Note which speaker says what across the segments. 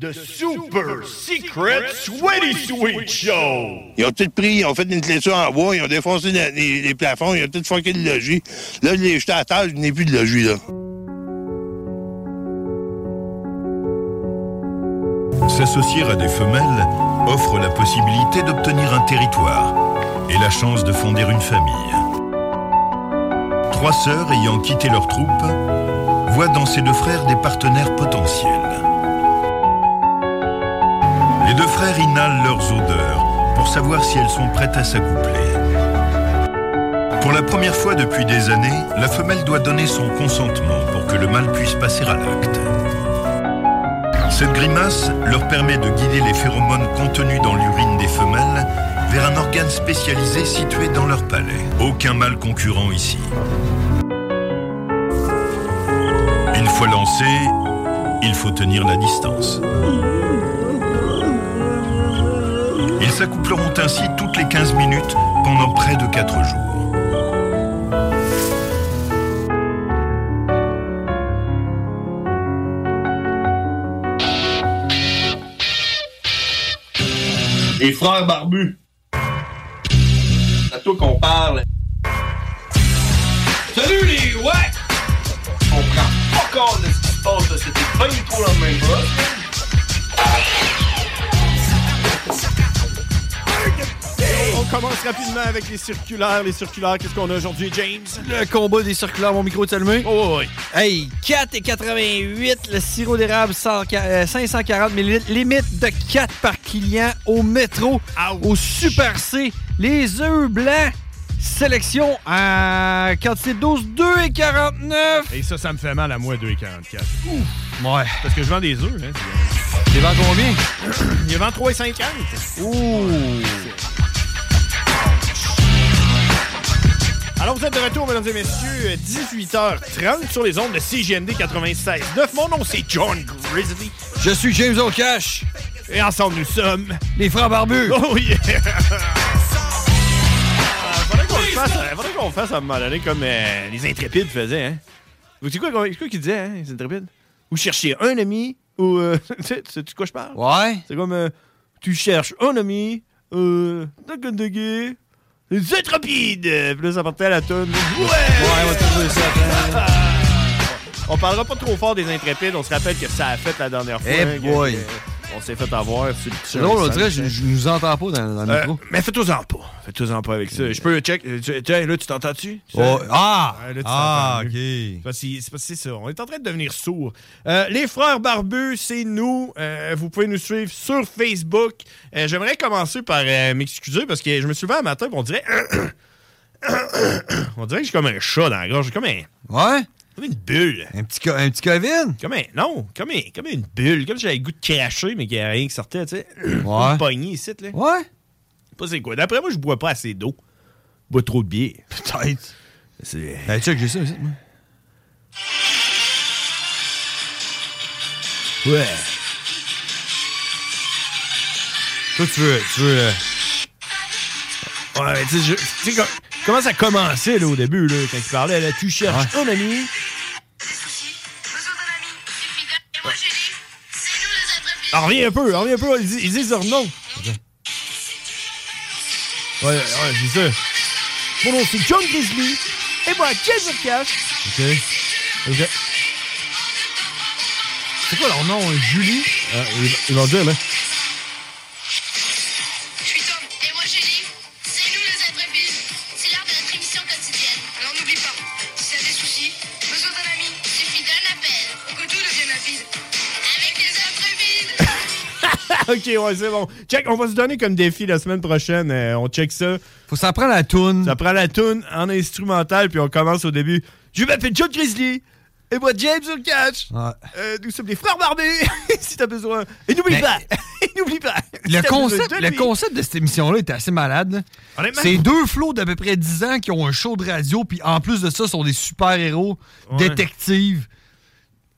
Speaker 1: The Super Secret Sweaty Sweet Show!
Speaker 2: Ils ont tout pris, ils ont fait une clôture en bois, ils ont défoncé la- les, les plafonds, ils ont tout fucké le logis. Là, je l'ai jeté à terre, je n'ai plus de logis, là.
Speaker 3: S'associer à des femelles offre la possibilité d'obtenir un territoire et la chance de fonder une famille. Trois sœurs ayant quitté leur troupe voient dans ces deux frères des partenaires potentiels. Les deux frères inhalent leurs odeurs pour savoir si elles sont prêtes à s'accoupler. Pour la première fois depuis des années, la femelle doit donner son consentement pour que le mâle puisse passer à l'acte. Cette grimace leur permet de guider les phéromones contenus dans l'urine des femelles vers un organe spécialisé situé dans leur palais. Aucun mâle concurrent ici. Une fois lancé, il faut tenir la distance. Ils s'accoupleront ainsi toutes les 15 minutes pendant près de 4 jours.
Speaker 4: Les frères barbus. C'est à toi qu'on parle. Salut les ouais! On prend pas compte de ce qui se passe, là. c'était pas du tout la même chose.
Speaker 5: On commence rapidement avec les circulaires. Les circulaires, qu'est-ce qu'on a aujourd'hui, James? Oh.
Speaker 6: Le combat des circulaires, mon micro est allumé.
Speaker 5: oui,
Speaker 6: Hey, 4,88 le sirop d'érable 100 euh, 540 ml, limite de 4 par client au métro, au Super C, les œufs blancs, sélection en quantité de 12, 2,49.
Speaker 5: Et ça, ça me fait mal à moi, 2,44.
Speaker 6: Ouais.
Speaker 5: Parce que je vends des œufs, hein.
Speaker 6: Tu les vends combien?
Speaker 5: Il vend 3,50.
Speaker 6: Ouh!
Speaker 5: Alors, vous êtes de retour, mesdames et messieurs, 18h30 sur les ondes de CGMD 96.9. Mon nom, c'est John Grizzly.
Speaker 6: Je suis James O'Cash,
Speaker 5: Et ensemble, nous sommes...
Speaker 6: les frères barbus.
Speaker 5: Oh yeah! Ah, faudrait qu'on le fasse, euh, faudrait qu'on le fasse à un moment donné comme euh, les intrépides faisaient, hein? Vous savez quoi, c'est quoi qu'ils disaient, hein, les intrépides? Ou chercher un ami, ou... euh, tu sais- tu sais de quoi je parle?
Speaker 6: Ouais.
Speaker 5: C'est comme euh, tu cherches un ami, euh, t'as que de gay, les intrépides! Puis là, ça partait à la tonne. Ouais!
Speaker 6: Ouais, on va trouver ça. hein. attends.
Speaker 5: On parlera pas trop fort des intrépides, on se rappelle que ça a fait la dernière fois.
Speaker 6: Eh
Speaker 5: que-
Speaker 6: boy.
Speaker 5: que on s'est fait avoir sur le
Speaker 6: C'est drôle, on dirait, je, je nous entends pas dans, dans le
Speaker 5: Euh,
Speaker 6: micro.
Speaker 5: mais fais-toi-en pas. Fais-toi-en pas avec ça. Je peux check. euh, tu- Tiens, là, tu t'entends-tu? Tu
Speaker 6: Oh,
Speaker 5: t'entends?
Speaker 6: ah!
Speaker 5: Ouais, là, tu
Speaker 6: Ah,
Speaker 5: t'entends
Speaker 6: ok.
Speaker 5: C'est parce que- c'est parce que c'est ça. On est en train de devenir sourds. Euh, les frères barbus, c'est nous. Euh, vous pouvez nous suivre sur Facebook. Euh, J'aimerais commencer par euh, m'excuser parce que je me suis levé un matin et on dirait. on dirait que j'ai comme un chat dans la gorge. J'ai Comme, un-
Speaker 6: Ouais?
Speaker 5: comme une bulle.
Speaker 6: Un petit, co- un petit COVID?
Speaker 5: Comme un, non, comme, un- comme une bulle. Comme si j'avais le goût de cracher, mais qu'il n'y a rien qui sortait, tu sais.
Speaker 6: Ouais.
Speaker 5: Une poignée ici, là.
Speaker 6: Ouais?
Speaker 5: Je sais pas c'est quoi. D'après moi, je bois pas assez d'eau. Je bois trop de bière.
Speaker 6: Peut-être.
Speaker 5: C'est.
Speaker 6: Ben, check, j'ai ça aussi, moi.
Speaker 5: Ouais.
Speaker 6: Toi, tu veux. Tu veux euh,
Speaker 5: Ouais, mais tu sais, je- tu sais, com- comment ça commençait là, au début, là, quand tu parlais, là, tu cherches un ami. Ah, reviens un peu, reviens un peu, ils, disent- ils disent leur nom. Ouais, ouais, c'est ça. Mon nom, c'est John Grizzly, et moi, James Cash.
Speaker 6: ok.
Speaker 5: Ok. C'est quoi leur nom? hein? Julie? Euh, ils- ils vont dire, là.
Speaker 7: Je suis Tom, et moi Julie. C'est nous les intrépides. C'est l'art de notre émission quotidienne. Alors n'oublie pas, si t'as des soucis, besoin d'un ami, suffit d'un appel pour que tout devienne rapide. Avec les intrépides.
Speaker 5: ok, ouais, c'est bon. Check, on va se donner comme défi la semaine prochaine. Euh, on check ça.
Speaker 8: Faut s'en prendre la toune.
Speaker 5: Ça prend la toune en instrumental, puis on commence au début. Je m'appelle John Grizzly. Et moi, James le catch. Euh, nous sommes les frères barbus, si t'as besoin. Et n'oublie
Speaker 8: Mais-
Speaker 5: pas. Et n'oublie pas. si
Speaker 8: Le
Speaker 5: t'as
Speaker 8: concept,
Speaker 5: besoin de
Speaker 8: le
Speaker 5: lui.
Speaker 8: concept de cette émission-là est assez malade. là.
Speaker 5: Honnêtement.
Speaker 8: C'est deux flots d'à peu près 10 ans qui ont un show de radio, puis en plus de ça, sont des super-héros,
Speaker 5: Ouais. Ben,
Speaker 8: détectives.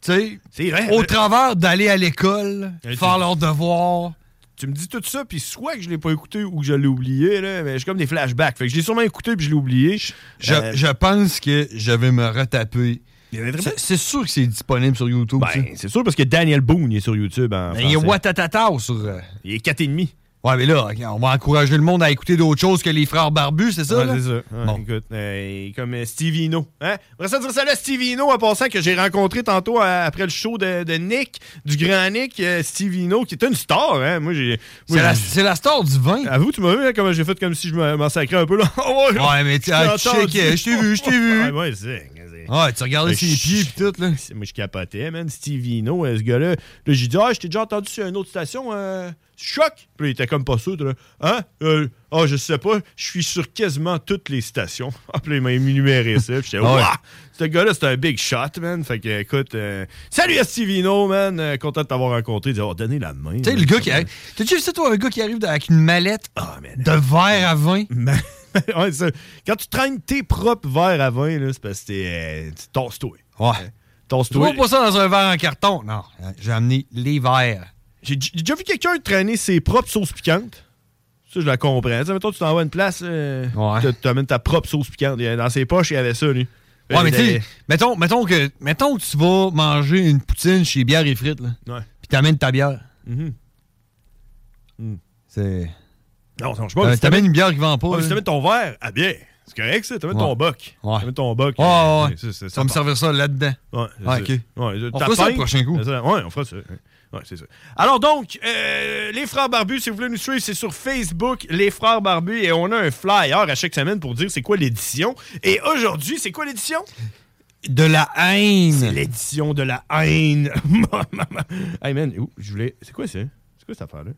Speaker 8: Tu sais,
Speaker 5: C'est vrai.
Speaker 8: au
Speaker 5: mais-
Speaker 8: travers Ah, d'aller à l'école,
Speaker 5: Euh,
Speaker 8: faire
Speaker 5: tu-
Speaker 8: leurs devoirs.
Speaker 5: Tu me dis tout ça, puis soit que je l'ai pas écouté ou que je l'ai oublié, là, mais j'ai comme des flashbacks. Fait que je l'ai sûrement écouté, puis je l'ai oublié.
Speaker 8: Je,
Speaker 5: Euh,
Speaker 8: je pense que je vais me retaper.
Speaker 5: il y en a vraiment-
Speaker 8: C'est- C'est sûr que c'est disponible sur YouTube. ça.
Speaker 5: Ben, c'est sûr parce que Daniel Boone il est sur YouTube. En
Speaker 8: Ben, il y a
Speaker 5: français.
Speaker 8: Watatata sur. euh,
Speaker 5: Il est 4,5.
Speaker 8: Ouais, mais là, on va encourager le monde à écouter d'autres choses que les frères barbus, c'est ça?
Speaker 5: Ouais,
Speaker 8: là?
Speaker 5: c'est ça. Ouais,
Speaker 8: Bon.
Speaker 5: Écoute, euh, comme euh, Stevie Hino. Hein? On va se dire ça là, Stevie Hino, en passant, que j'ai rencontré tantôt à- après le show de, de Nick, du grand Nick, euh, Stevie Hino, qui est une star. Hein? Moi, j'ai. moi,
Speaker 8: C'est la,
Speaker 5: j'ai-
Speaker 8: c'est la star du vin.
Speaker 5: Avoue, tu m'as vu hein, comment j'ai fait comme si je m'en m'en sacrais un peu. Là. Oh, ouais,
Speaker 8: Ouais, mais tu-
Speaker 5: je t'ai
Speaker 8: ah, tu
Speaker 5: entendu.
Speaker 8: checkais, je t'ai vu, je t'ai vu.
Speaker 5: Ouais, ouais, c'est. c'est-
Speaker 8: Ouais, tu regardais
Speaker 5: Mais
Speaker 8: ses
Speaker 5: chut.
Speaker 8: pieds pis tout, là.
Speaker 5: C'est- Ben, Moi, je capotais, man. Stevie Hino, euh, ce gars-là. Là, j'ai dit, ah, je t'ai déjà entendu sur une autre station. euh, choc! Puis là, il était comme pas sûr. t'es là, hein? Euh, Ah, je sais pas. Je suis sur quasiment toutes les stations. Ah, puis là, il m'a énuméré ça. Puis j'étais,
Speaker 8: Ah ouais.
Speaker 5: Ouah! Ce gars-là, c'est un big shot, man. Fait que, écoute, euh, salut à Stevie Hino, man. Euh, content de t'avoir rencontré, d'avoir donné la main.
Speaker 8: Tu sais,
Speaker 5: man.
Speaker 8: le gars qui arrive. T'as déjà vu ça, toi, un gars qui arrive avec une mallette
Speaker 5: Ah, man.
Speaker 8: de verre à vin?
Speaker 5: Ouais, c'est ça. Quand tu traînes tes propres verres à vin, là, c'est parce que t'es. Euh, tu tosses-toi.
Speaker 8: Ouais. Tu
Speaker 5: Tosses-toi.
Speaker 8: vois pas ça dans un verre en carton? Non. J'ai amené les verres.
Speaker 5: J'ai j'ai déjà vu quelqu'un traîner ses propres sauces piquantes. Ça, je la comprends. Tu sais, mettons, tu t'en vas à une place, euh,
Speaker 8: Ouais.
Speaker 5: tu- tu amènes ta propre sauce piquante. Il y a- Dans ses poches, il y avait ça, lui.
Speaker 8: Ouais, mais tu
Speaker 5: t'es...
Speaker 8: sais, mettons, mettons, que, mettons que tu vas manger une poutine chez Bière et Frites, là.
Speaker 5: Ouais.
Speaker 8: Pis t'amènes ta bière.
Speaker 5: Mhm. Mm.
Speaker 8: Hmm. C'est.
Speaker 5: Non, non, je sais pas.
Speaker 8: Euh,
Speaker 5: si t'amènes-
Speaker 8: t'amènes une bière qui vend pas.
Speaker 5: Ah, mais si
Speaker 8: là.
Speaker 5: t'amènes ton verre, ah bien. C'est correct, ça. T'amènes
Speaker 8: Ouais.
Speaker 5: ton boc.
Speaker 8: Ouais.
Speaker 5: T'amènes ton boc.
Speaker 8: Ouais, ouais, ouais.
Speaker 5: ça, ça,
Speaker 8: Ça va me
Speaker 5: part.
Speaker 8: servir ça là-dedans.
Speaker 5: Ouais, c'est
Speaker 8: Ah,
Speaker 5: ça.
Speaker 8: ok.
Speaker 5: Ouais,
Speaker 8: On
Speaker 5: ta
Speaker 8: fera ça le
Speaker 5: pinte,
Speaker 8: prochain coup.
Speaker 5: c'est ça. Ouais, on fera ça. Ouais, c'est ça. Alors donc, euh, les frères barbus, si vous voulez nous suivre, c'est sur Facebook, les frères barbus, et on a un flyer à chaque semaine pour dire c'est quoi l'édition. Et aujourd'hui, c'est quoi l'édition?
Speaker 8: De la
Speaker 5: C'est
Speaker 8: haine.
Speaker 5: l'édition de la haine. hey man, ouh, je voulais. C'est quoi ça? C'est quoi cette affaire-là?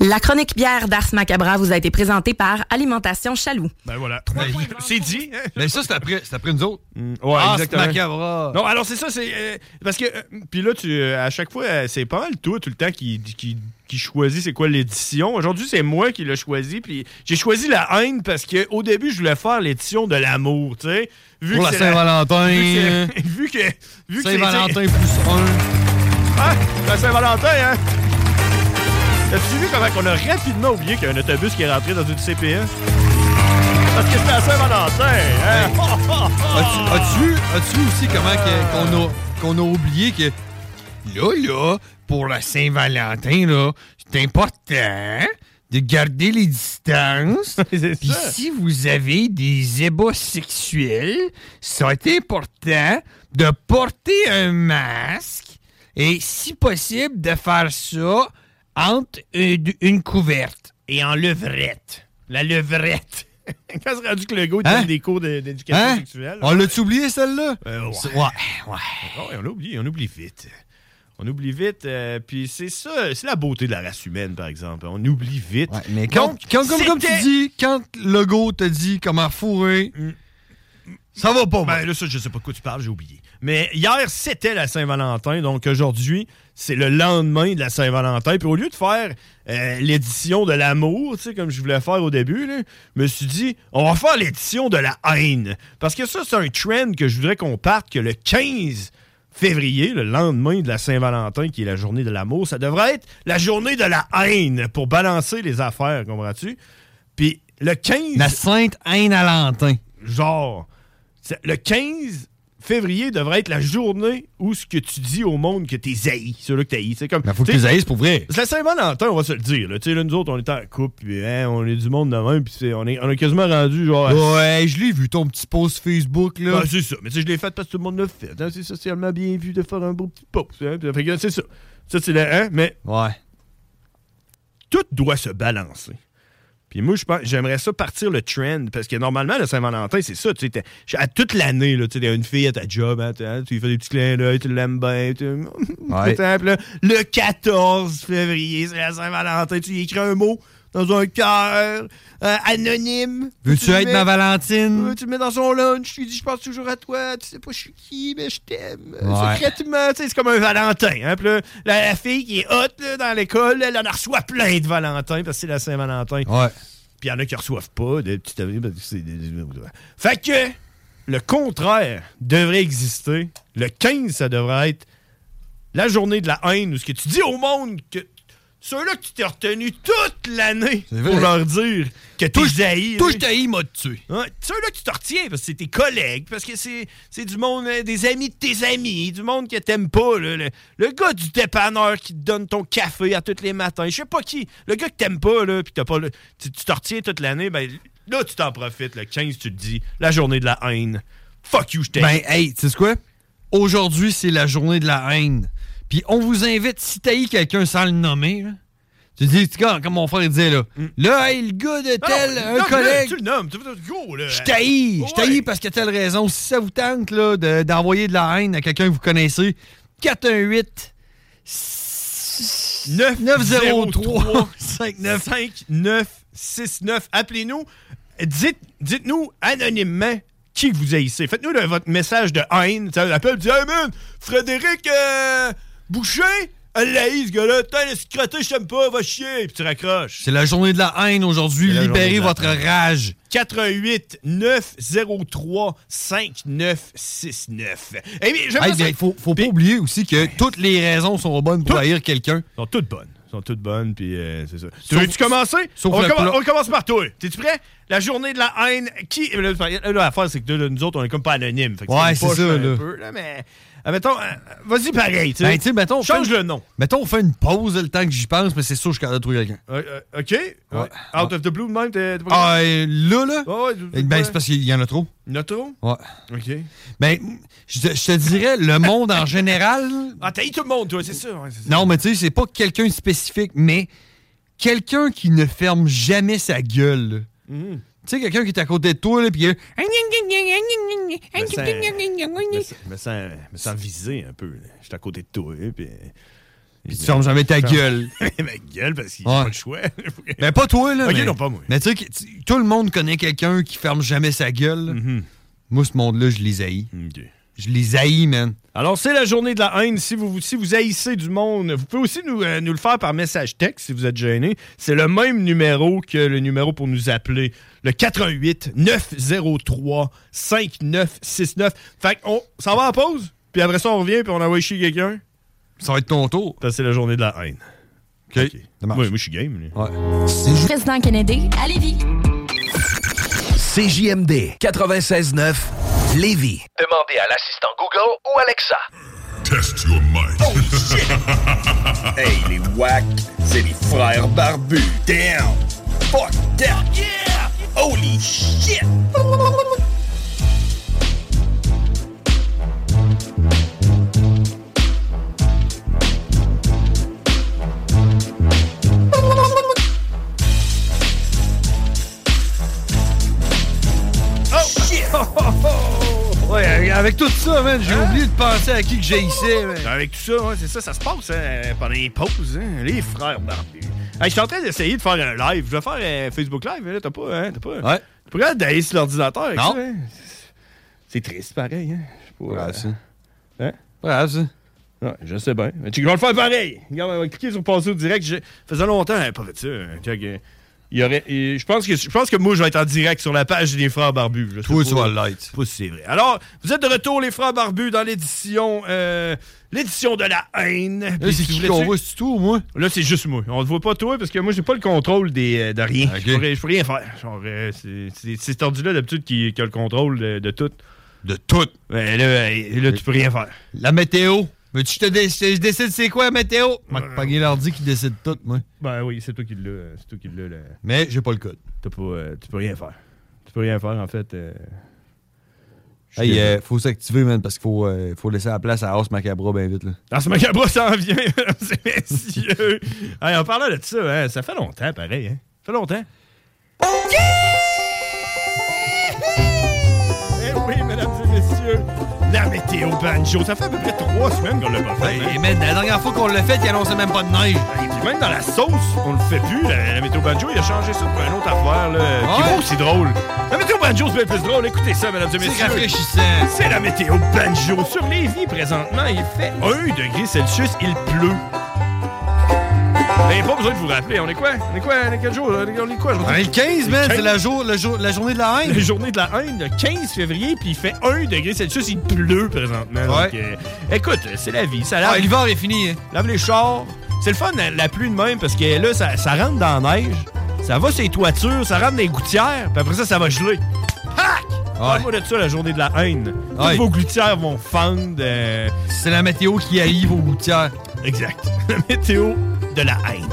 Speaker 7: La chronique bière d'Ars Macabra vous a été présentée par Alimentation Chaloux.
Speaker 5: Ben voilà.
Speaker 8: Ben,
Speaker 5: C'est dit, hein?
Speaker 8: Mais Ben ça, c'est après, c'est après nous autres.
Speaker 5: Mm, Ouais,
Speaker 8: ah, c'est
Speaker 5: exactement.
Speaker 8: macabre.
Speaker 5: Non, alors c'est ça, c'est. euh, parce que. euh, Puis là, tu, euh, à chaque fois, euh, c'est pas mal toi, tout le temps, qui, qui, qui choisit c'est quoi l'édition. Aujourd'hui, c'est moi qui l'ai choisi. Puis j'ai choisi la haine parce que au début, je voulais faire l'édition de l'amour, tu sais. Vu
Speaker 8: Pour
Speaker 5: que
Speaker 8: la
Speaker 5: c'est Vu
Speaker 8: Saint-Valentin.
Speaker 5: que. Vu que. Vu que c'est-
Speaker 8: Saint-Valentin plus un.
Speaker 5: Ah, la Saint-Valentin, hein? T'as-tu vu comment on a rapidement oublié qu'il y a un autobus qui est rentré dans une CPS? Parce que c'était la Saint-Valentin, hein?
Speaker 8: As-tu as-tu vu, as-tu vu aussi comment que- qu'on a, qu'on a oublié que là, là, pour la Saint-Valentin, là, c'est important de garder les distances.
Speaker 5: C'est
Speaker 8: Puis
Speaker 5: ça.
Speaker 8: si vous avez des ébats sexuels, c'est important de porter un masque et, si possible, de faire ça entre une, une couverte.
Speaker 5: Et en levrette. La levrette. Quand c'est rendu que le gars, il donne
Speaker 8: Hein?
Speaker 5: des cours de- d'éducation
Speaker 8: Hein?
Speaker 5: sexuelle.
Speaker 8: On l'a-tu oublié, celle-là?
Speaker 5: Euh, ouais.
Speaker 8: C'est- ouais, ouais.
Speaker 5: Oh, on l'oublie, on oublie vite. On oublie vite, euh, puis c'est ça, c'est la beauté de la race humaine, par exemple. On oublie vite.
Speaker 8: Ouais, mais quand,
Speaker 5: Donc,
Speaker 8: quand- comme, comme tu
Speaker 5: c'était-
Speaker 8: dis, quand le go te dit comment fourrer, ça va pas. moi.
Speaker 5: Ben là, ça, je sais pas de quoi tu parles, j'ai oublié. Mais hier, c'était la Saint-Valentin, donc aujourd'hui, c'est le lendemain de la Saint-Valentin. Puis au lieu de faire euh, l'édition de l'amour, tu sais, comme je voulais faire au début, là, je me suis dit, on va faire l'édition de la haine. Parce que ça, c'est un trend que je voudrais qu'on parte, que le 15 février, le lendemain de la Saint-Valentin, qui est la journée de l'amour, ça devrait être la journée de la haine pour balancer les affaires, comprends-tu? Puis le 15
Speaker 8: la sainte haine à l'antin.
Speaker 5: genre, c'est- le 15 février devrait être la journée où ce que tu dis au monde que t'es haï, ceux-là que t'es haï. C'est comme.
Speaker 8: faut que
Speaker 5: t'sais,
Speaker 8: tu les haïsses pour vrai.
Speaker 5: C'est la Saint-Valentin, on va se le dire. Là. Tu sais, là, nous autres, on est en couple, puis hein, on est du monde de même, puis c'est- on est, on est quasiment rendu genre. à-
Speaker 8: Ouais, je l'ai vu ton petit post Facebook, là.
Speaker 5: Ben, c'est ça. Mais tu sais, je l'ai fait parce que tout le monde l'a fait. hein. C'est socialement bien vu de faire un beau petit post. hein. Puis, fait que, c'est ça. Ça, c'est le. Hein? Mais.
Speaker 8: Ouais.
Speaker 5: Tout doit se balancer. Puis moi, je pense- j'aimerais ça partir le trend, parce que normalement, le Saint-Valentin, c'est ça. Tu sais, t'es- à toute l'année, là, tu sais, t'as une fille à ta job, hein, t'as- hein, tu lui fais des petits clins d'œil, tu l'aimes bien. tu-
Speaker 8: Ouais.
Speaker 5: Puis là, le 14 février, c'est la Saint-Valentin, tu lui écris un mot dans un cœur euh, anonyme.
Speaker 8: Veux-tu
Speaker 5: le
Speaker 8: être
Speaker 5: mets-
Speaker 8: ma Valentine?
Speaker 5: Euh, tu le mets dans son lunch, tu lui dis je pense toujours à toi, tu sais pas je suis qui, mais je t'aime. euh,
Speaker 8: Ouais.
Speaker 5: Secrètement, tu sais, c'est comme un Valentin. Hein, puis là, la, la fille qui est hot là, dans l'école, elle en reçoit plein de Valentins parce que c'est la Saint-Valentin.
Speaker 8: Ouais.
Speaker 5: Puis il y en a qui reçoivent pas de petits amis parce que c'est des- des- Fait que le contraire devrait exister. Le 15, ça devrait être la journée de la haine ou ce que tu dis au monde que ceux-là que tu t'es retenu toute l'année
Speaker 8: vrai.
Speaker 5: pour leur dire que t'es jailli.
Speaker 8: Touche ta haïs, m'a tué.
Speaker 5: Hein? Ceux-là que tu te retiens, parce que c'est tes collègues, parce que c'est, c'est du monde, euh, des amis de tes amis, du monde que t'aimes pas. là, le, le gars du dépanneur qui te donne ton café à tous les matins, je sais pas qui, le gars que t'aimes pas, là, pis t'as pas le- tu, tu te retiens toute l'année, ben là, tu t'en profites. Le 15, tu te dis, la journée de la haine. Fuck you, je t'aime.
Speaker 8: Ben, hey, tu sais quoi? Aujourd'hui, c'est la journée de la haine. Puis on vous invite, si t'haïs quelqu'un sans le nommer, là, tu dis, tu sais, comme comme mon frère disait, là, là, hey, le gars de
Speaker 5: Ah
Speaker 8: tel,
Speaker 5: Mm. non,
Speaker 8: un
Speaker 5: non, là,
Speaker 8: collègue,
Speaker 5: tu le nommes, tu tu- go, là.
Speaker 8: je t'haïs, je t'haïs parce que telle raison. Si ça vous tente, là, de- d'envoyer de la haine à quelqu'un que vous connaissez, 418 903 59
Speaker 5: 5969. Appelez-nous. Dites- Dites-nous anonymement qui que vous haïssez. Faites-nous le- votre message de haine. Ça l'appelle, dit Hey man, Frédéric euh, Boucher, elle l'haït, ce gars-là. T'as laisse crotter, je t'aime pas, va chier. Puis tu raccroches.
Speaker 8: C'est la journée de la haine aujourd'hui.
Speaker 5: C'est la journée
Speaker 8: Libérez
Speaker 5: de la
Speaker 8: votre
Speaker 5: haine.
Speaker 8: rage.
Speaker 5: 88 903 5969. Eh bien, j'aimerais
Speaker 8: Hey,
Speaker 5: ça-
Speaker 8: ben, faut, faut pas oublier aussi que toutes les raisons sont bonnes pour haïr quelqu'un.
Speaker 5: sont toutes bonnes. sont toutes bonnes, puis euh, c'est ça. Tu
Speaker 8: Sauf-
Speaker 5: veux-tu commencer?
Speaker 8: sauf
Speaker 5: on,
Speaker 8: le
Speaker 5: commence,
Speaker 8: plat.
Speaker 5: on commence par toi. T'es-tu prêt? La journée de la haine, qui... euh, Là, là, l'affaire, c'est que là, nous autres, on est comme pas anonymes. Fait que
Speaker 8: Ouais,
Speaker 5: nous
Speaker 8: c'est
Speaker 5: poche
Speaker 8: ça,
Speaker 5: un
Speaker 8: là.
Speaker 5: peu, là, mais... Ah, mettons, euh, vas-y pareil, tu sais.
Speaker 8: Ben, tu sais, mettons. on
Speaker 5: Change
Speaker 8: fait-
Speaker 5: le nom.
Speaker 8: Mettons, on fait une pause le temps que j'y pense, mais c'est sûr que je suis capable de trouver quelqu'un.
Speaker 5: Euh, euh, OK? Ouais. Out of the blue, de même, t'es t'es pas...
Speaker 8: Ah, euh, là, là?
Speaker 5: Ouais, ouais,
Speaker 8: Eh Ben, c'est parce qu'il y en a trop.
Speaker 5: Notre?
Speaker 8: Ouais.
Speaker 5: OK.
Speaker 8: Ben, je te je te dirais, le monde en général.
Speaker 5: Ah, t'as eu tout le monde, toi, c'est ça. ouais, c'est ça.
Speaker 8: Non, mais tu sais, c'est pas quelqu'un de spécifique, mais quelqu'un qui ne ferme jamais sa gueule. là. Tu sais, quelqu'un qui est à côté de toi, là, puis il
Speaker 5: Je me sens- je me sens- je me sens- je me sens visé un peu. là. Je suis à côté de toi, hein, puis...
Speaker 8: Puis tu fermes jamais ta gueule.
Speaker 5: Ma gueule, parce qu'il n'y
Speaker 8: Ouais.
Speaker 5: a pas le choix.
Speaker 8: Mais pas toi, là.
Speaker 5: Ok,
Speaker 8: mais,
Speaker 5: non, pas moi.
Speaker 8: Mais tu sais, que tu- tout le monde connaît quelqu'un qui ferme jamais sa gueule. là. Moi, ce monde-là, je les haïs.
Speaker 5: Mhm. OK.
Speaker 8: Je les haïs, man.
Speaker 5: Alors, c'est la journée de la haine. Si vous, si vous haïssez du monde, vous pouvez aussi nous, euh, nous le faire par message texte si vous êtes gêné. C'est le même numéro que le numéro pour nous appeler. Le 88 903 5969. Fait qu'on s'en va en pause, puis après ça, on revient, puis on envoie chier quelqu'un.
Speaker 8: Ça va être ton tour.
Speaker 5: Ça, c'est la journée de la haine.
Speaker 8: OK. Ça
Speaker 5: Moi,
Speaker 8: marche.
Speaker 5: moi, je suis game. là.
Speaker 8: Ouais.
Speaker 7: Président Kennedy, à Lévis.
Speaker 9: CJMD 96.9 Lévis.
Speaker 4: Demandez à l'assistant Google ou Alexa.
Speaker 3: Test your mind.
Speaker 4: Oh, Hey, les wack, c'est les frères barbus. Damn! Fuck that! Yeah! Holy shit!
Speaker 5: Oh shit!
Speaker 8: Ouais, avec tout ça, man, j'ai oublié de penser à qui que j'haïssais, man.
Speaker 5: Hein? Ben, Avec tout ça, ouais, c'est ça, ça se passe hein, pendant les pauses, hein, les frères barbus. Hey, je suis en train d'essayer de faire un live. Je vais faire un Facebook Live, hein, là, t'as pas, hein, t'as pas.
Speaker 8: Ouais.
Speaker 5: T'as pas regardé d'aller sur l'ordinateur avec
Speaker 8: Non.
Speaker 5: ça, hein? C'est triste, pareil, hein? Je sais pas, euh, Hein?
Speaker 8: Brave, ça.
Speaker 5: ouais, je sais bien. Mais tu vas le faire pareil! Regarde, on va cliquer sur passer au direct. Je... ça faisait longtemps, hein, pas fait ça. hein. Check, euh, il y aurait, euh, je, pense que, je pense que moi, je vais être en direct sur la page des frères barbus. Je sais
Speaker 8: Toi,
Speaker 5: pas.
Speaker 8: tu vas l'être.
Speaker 5: Je sais pas si c'est vrai. Alors, vous êtes de retour, les frères barbus, dans l'édition euh, l'édition de la haine.
Speaker 8: Là, c'est
Speaker 5: Puis si vous
Speaker 8: qui
Speaker 5: voulez-
Speaker 8: qu'on voit, c'est tout, moi?
Speaker 5: Là, c'est juste moi. On ne voit pas toi parce que moi, j'ai pas le contrôle des, euh, de rien.
Speaker 8: Ok.
Speaker 5: Je, pourrais, je peux rien faire. Genre, euh, c'est- c'est c'est cet ordi-là, d'habitude, qui, qui a le contrôle de, de tout.
Speaker 8: De tout.
Speaker 5: là, tu peux rien faire.
Speaker 8: La météo. Mais tu te dé- je te- je décide c'est quoi la météo? Marc Paguet l'ordi qui décide tout, moi.
Speaker 5: Euh, Ben oui, c'est toi qui l'as. C'est toi qui l'as. le-
Speaker 8: Mais j'ai pas le code.
Speaker 5: T'as pas, euh, tu peux rien faire. Tu peux rien faire, en fait. euh. Je
Speaker 8: Hey,
Speaker 5: suis
Speaker 8: euh, faut s'activer, man, parce qu'il faut, euh, faut laisser la place à House Macabra bien vite, là.
Speaker 5: Ah, ce macabre s'en vient, mesdames et messieurs. Hey, en parlant de ça, hein, ça fait longtemps, pareil. Hein? Ça fait longtemps. Eh oui, mesdames et messieurs, la météo banjo. Ça fait à peu près trois semaines qu'on l'a pas fait. hein.
Speaker 8: mais Eh, la dernière fois qu'on l'a fait, il annonçait même pas de neige.
Speaker 5: Et puis même dans la sauce, on le fait plus. La, la météo banjo, il a changé ça pour une autre affaire, là, qui est pas aussi drôle. La météo banjo, c'est bien plus drôle. Écoutez ça, mesdames et messieurs.
Speaker 8: C'est rafraîchissant.
Speaker 5: C'est la météo banjo. Sur Lévis, présentement, il fait 1 degré Celsius, il pleut. Mais pas besoin de vous rappeler, on est quoi? On est quoi? On est quel jour? On est on est quoi?
Speaker 8: On est Hein, le 15, man, c'est la
Speaker 5: jour, la journée de la haine. La journée de la haine, le 15 février, puis il fait 1 degré Celsius, il pleut présentement.
Speaker 8: Ouais.
Speaker 5: Donc, euh, écoute, c'est la vie, ça lave.
Speaker 8: Ah, l'hiver est fini, hein.
Speaker 5: Lave les chars. C'est le fun, la, la pluie de même, parce que là, ça, ça rentre dans la neige, ça va sur les toitures, ça rentre dans les gouttières, puis après ça, ça va geler. Hack! Parle-moi de ça, la journée de la haine. Toutes
Speaker 8: Ouais.
Speaker 5: vos gouttières vont fendre. euh.
Speaker 8: C'est la météo qui haït vos gouttières.
Speaker 5: Exact. La météo de la haine.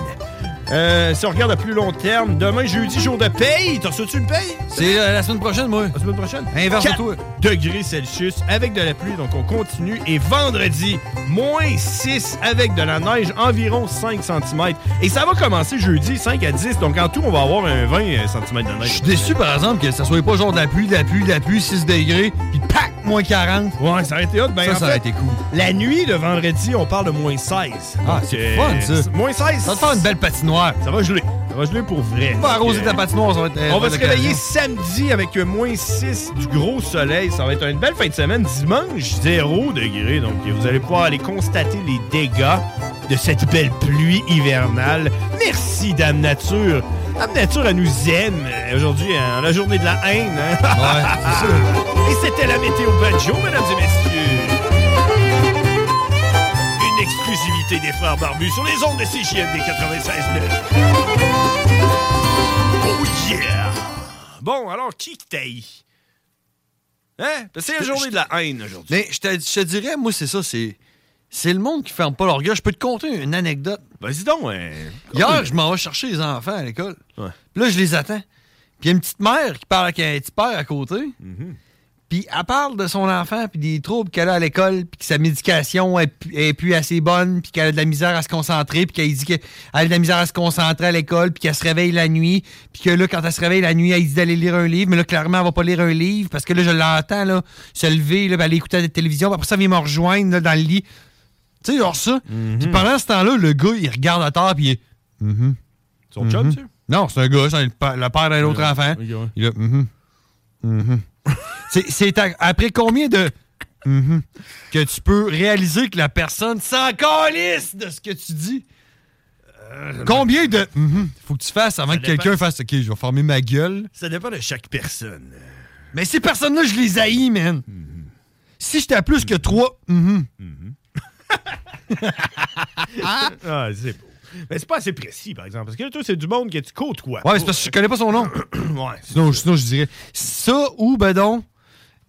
Speaker 5: Euh, si on regarde à plus long terme, demain, jeudi, jour de paye. T'as reçu une paye?
Speaker 8: C'est euh, la semaine prochaine, moi.
Speaker 5: La semaine prochaine?
Speaker 8: Inverse de
Speaker 5: 4
Speaker 8: toi.
Speaker 5: degrés Celsius avec de la pluie, donc on continue. Et vendredi, moins 6 avec de la neige, environ 5 cm. Et ça va commencer jeudi, 5 à 10. Donc en tout, on va avoir un 20 cm de neige.
Speaker 8: Je suis déçu, par exemple, que ça soit pas genre de la pluie, de la pluie, de la pluie, 6 degrés, puis pac, moins 40.
Speaker 5: Ouais, ça aurait été hot. Ben,
Speaker 8: ça,
Speaker 5: en
Speaker 8: ça aurait
Speaker 5: fait,
Speaker 8: été cool.
Speaker 5: La nuit de vendredi, on parle de moins 16.
Speaker 8: Ah,
Speaker 5: Donc,
Speaker 8: c'est
Speaker 5: euh,
Speaker 8: fun, ça.
Speaker 5: Moins 16.
Speaker 8: Ça va te faire une belle patinoire.
Speaker 5: Ça va geler. Ça va geler pour vrai.
Speaker 8: Va arroser
Speaker 5: Donc,
Speaker 8: ta patinoire, ça va être. euh,
Speaker 5: On va
Speaker 8: une
Speaker 5: se
Speaker 8: occasion.
Speaker 5: réveiller samedi avec euh, moins 6 du gros soleil. Ça va être une belle fin de semaine. Dimanche, 0 degré. Donc, vous allez pouvoir aller constater les dégâts de cette belle pluie hivernale. Merci, Dame Nature. Dame Nature, elle nous aime euh, aujourd'hui, hein, la journée de la haine. hein. Et c'était la météo banjo, mesdames et messieurs. Une exclusivité des frères barbus sur les ondes de CJMD 96.9. Oh yeah! Bon, alors, qui que t'ailles? Hein? Parce que c'est la journée de la haine aujourd'hui.
Speaker 8: Mais je te, je te dirais, moi, c'est ça, c'est. C'est le monde qui ferme pas leur gueule. Je peux te conter une anecdote.
Speaker 5: Vas-y donc,
Speaker 8: Hier, je m'en vais chercher les enfants à l'école. Puis là, je les attends. Puis il y a une petite mère qui parle avec un petit père à côté.
Speaker 5: Hmm.
Speaker 8: Puis elle parle de son enfant, puis des troubles qu'elle a à l'école, puis que sa médication est, pu- est plus assez bonne, puis qu'elle a de la misère à se concentrer, puis qu'elle dit qu'elle a de la misère à se concentrer à l'école, puis qu'elle se réveille la nuit, puis que là, quand elle se réveille la nuit, elle dit d'aller lire un livre, mais là, clairement, elle va pas lire un livre, parce que là, je l'entends, là, se lever, là, puis aller écouter la télévision, puis après ça, elle vient me rejoindre, là, dans le lit. Tu sais, genre ça.
Speaker 5: Mhm.
Speaker 8: Puis pendant ce temps-là, le gars, il regarde à terre, puis il est... Mhm.
Speaker 5: Son chum, tu
Speaker 8: Non, c'est un gars, c'est le pa- le père d'un autre
Speaker 5: Ouais,
Speaker 8: Ah, ben, enfant.
Speaker 5: ok, ouais.
Speaker 8: Il a... Mhm. Mhm. C'est- c'est à- après combien de... Mhm. que tu peux réaliser que la personne s'en calisse de ce que tu dis.
Speaker 5: Euh,
Speaker 8: Combien de... Mhm. faut que tu fasses avant
Speaker 5: Ça
Speaker 8: que quelqu'un
Speaker 5: dépend.
Speaker 8: fasse... OK, je vais fermer ma gueule.
Speaker 5: Ça dépend de chaque personne.
Speaker 8: Mais ces personnes-là, je les haïs, man. Si j'étais à plus que trois... mhm.
Speaker 5: Mm-hmm. Ah, c'est beau. Mais c'est pas assez précis, par exemple. Parce que là, toi, c'est du monde que tu côtoies.
Speaker 8: Ouais, mais c'est parce que je connais pas son nom.
Speaker 5: ouais.
Speaker 8: Sinon, sinon, je dirais ça ou, ben donc,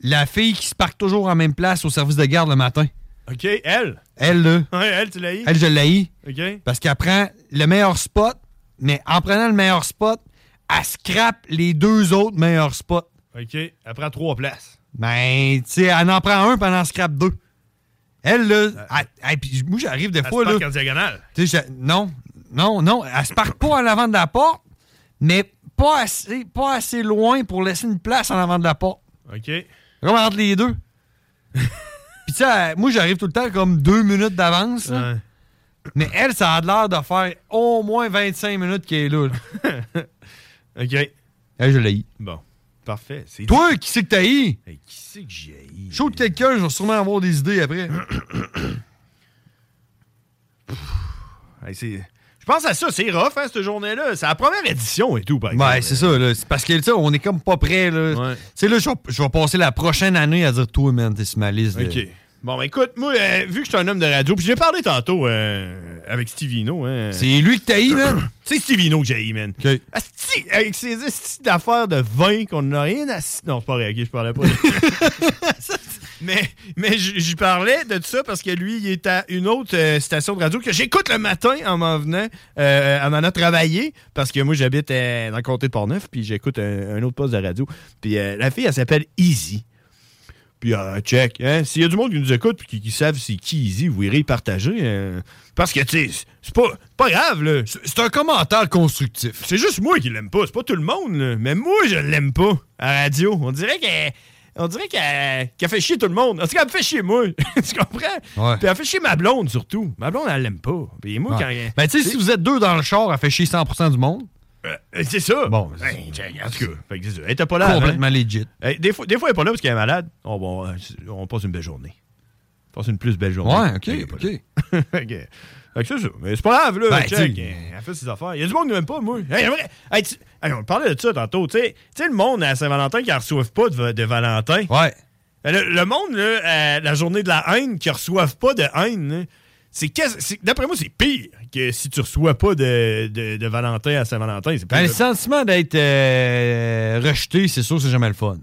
Speaker 8: la fille qui se parque toujours en même place au service de garde le matin.
Speaker 5: OK, elle.
Speaker 8: Elle, là.
Speaker 5: Ouais, elle, tu l'as eu?
Speaker 8: Elle, je l'ai.
Speaker 5: OK.
Speaker 8: Parce qu'elle prend le meilleur spot, mais en prenant le meilleur spot, elle scrape les deux autres meilleurs spots.
Speaker 5: OK, elle prend trois places.
Speaker 8: Ben, tu sais, elle en prend un, puis elle en scrape deux. Elle, là, elle- elle- puis moi, j'arrive des
Speaker 5: Euh, Elle
Speaker 8: fois,
Speaker 5: se
Speaker 8: là.
Speaker 5: parque en diagonale.
Speaker 8: Tu sais, je- non, non, non. Elle se parque pas en avant de la porte, mais pas assez, pas assez loin pour laisser une place en avant de la porte.
Speaker 5: OK.
Speaker 8: Comme entre les deux. Puis tu sais, elle- moi, j'arrive tout le temps comme deux minutes d'avance. là. Mais elle, ça a l'air de faire au moins 25 minutes qu'elle est là.
Speaker 5: OK.
Speaker 8: Elle, je l'ai eu.
Speaker 5: Bon. Parfait. C'est
Speaker 8: Toi, qui c'est que t'as eu?
Speaker 5: qui c'est que j'ai
Speaker 8: Chaud de quelqu'un, je vais sûrement avoir des idées après.
Speaker 5: Hey, c'est- Je pense à ça, c'est rough, hein, cette journée-là. C'est la première édition et tout, par exemple.
Speaker 8: ouais, c'est ça, là. C'est parce que, tu sais, on est comme pas prêt, là. Tu sais, là, je vais- je vais passer la prochaine année à dire, toi, man, t'es sur ma liste. de-
Speaker 5: OK. Bon, ben, écoute, moi, euh, vu que je suis un homme de radio, puis j'ai parlé tantôt euh, avec Stevino. Hein,
Speaker 8: C'est lui que t'as eu, man.
Speaker 5: C'est Stevino que j'ai eu, man. Asti, avec ses esti d'affaires de vin qu'on n'a rien à. Non, c'est pas vrai, ok, je parlais pas. de- Ça, c'est- mais mais j- j'y parlais de ça parce que lui, il est à une autre euh, station de radio que j'écoute le matin en m'en venant, euh, en m'en allant travailler, parce que moi, j'habite euh, dans le comté de Portneuf, puis j'écoute un, un autre poste de radio. Puis euh, la fille, elle s'appelle Easy. Puis euh, check. Hein? S'il y a du monde qui nous écoute et qui, qui savent c'est qui Easy, vous irez partager. hein. Parce que, tu sais, c'est- c'est pas, pas grave, là. C'est un commentaire constructif. C'est juste moi qui l'aime pas. C'est pas tout le monde, là. Mais moi, je l'aime pas à radio. On dirait qu'elle. On dirait qu'elle qu'elle fait chier tout le monde. En tout cas, elle me fait chier moi. tu comprends?
Speaker 8: Ouais.
Speaker 5: Puis elle fait chier ma blonde surtout. Ma blonde, elle l'aime pas. Puis moi, quand.
Speaker 8: Ouais. Ben, tu sais, si vous êtes deux dans le char, elle fait chier 100% du monde.
Speaker 5: Euh, C'est ça. Bon, en tout cas, fait que c'est ça. Elle était pas là.
Speaker 8: Complètement
Speaker 5: legit. des, fois, des fois, elle est pas là parce qu'elle est malade. Oh, bon, euh, on passe une belle journée. On passe une plus belle journée.
Speaker 8: Ouais, ok,
Speaker 5: Elle est pas
Speaker 8: ok.
Speaker 5: là. Fait que- fait que c'est ça. Mais c'est pas grave, là.
Speaker 8: Ben,
Speaker 5: check. hein.
Speaker 8: tu-
Speaker 5: Elle fait ses affaires. Il y a du monde qui n'aime pas, moi. Hey, j'aimerais- hey, tu- hey, on parlait de ça tantôt. Tu sais, Tu sais, le monde à Saint-Valentin qui ne reçoivent pas de, va- de Valentin. Ouais. Le, le monde, là, à la journée de la haine, qui ne reçoivent pas de haine, là, c'est qu'est-ce- c'est- d'après moi, c'est pire que si tu reçois pas de, de- de Valentin à Saint-Valentin. C'est
Speaker 8: Ben,
Speaker 5: pas-
Speaker 8: le sentiment d'être euh, rejeté, c'est sûr, c'est jamais le fun.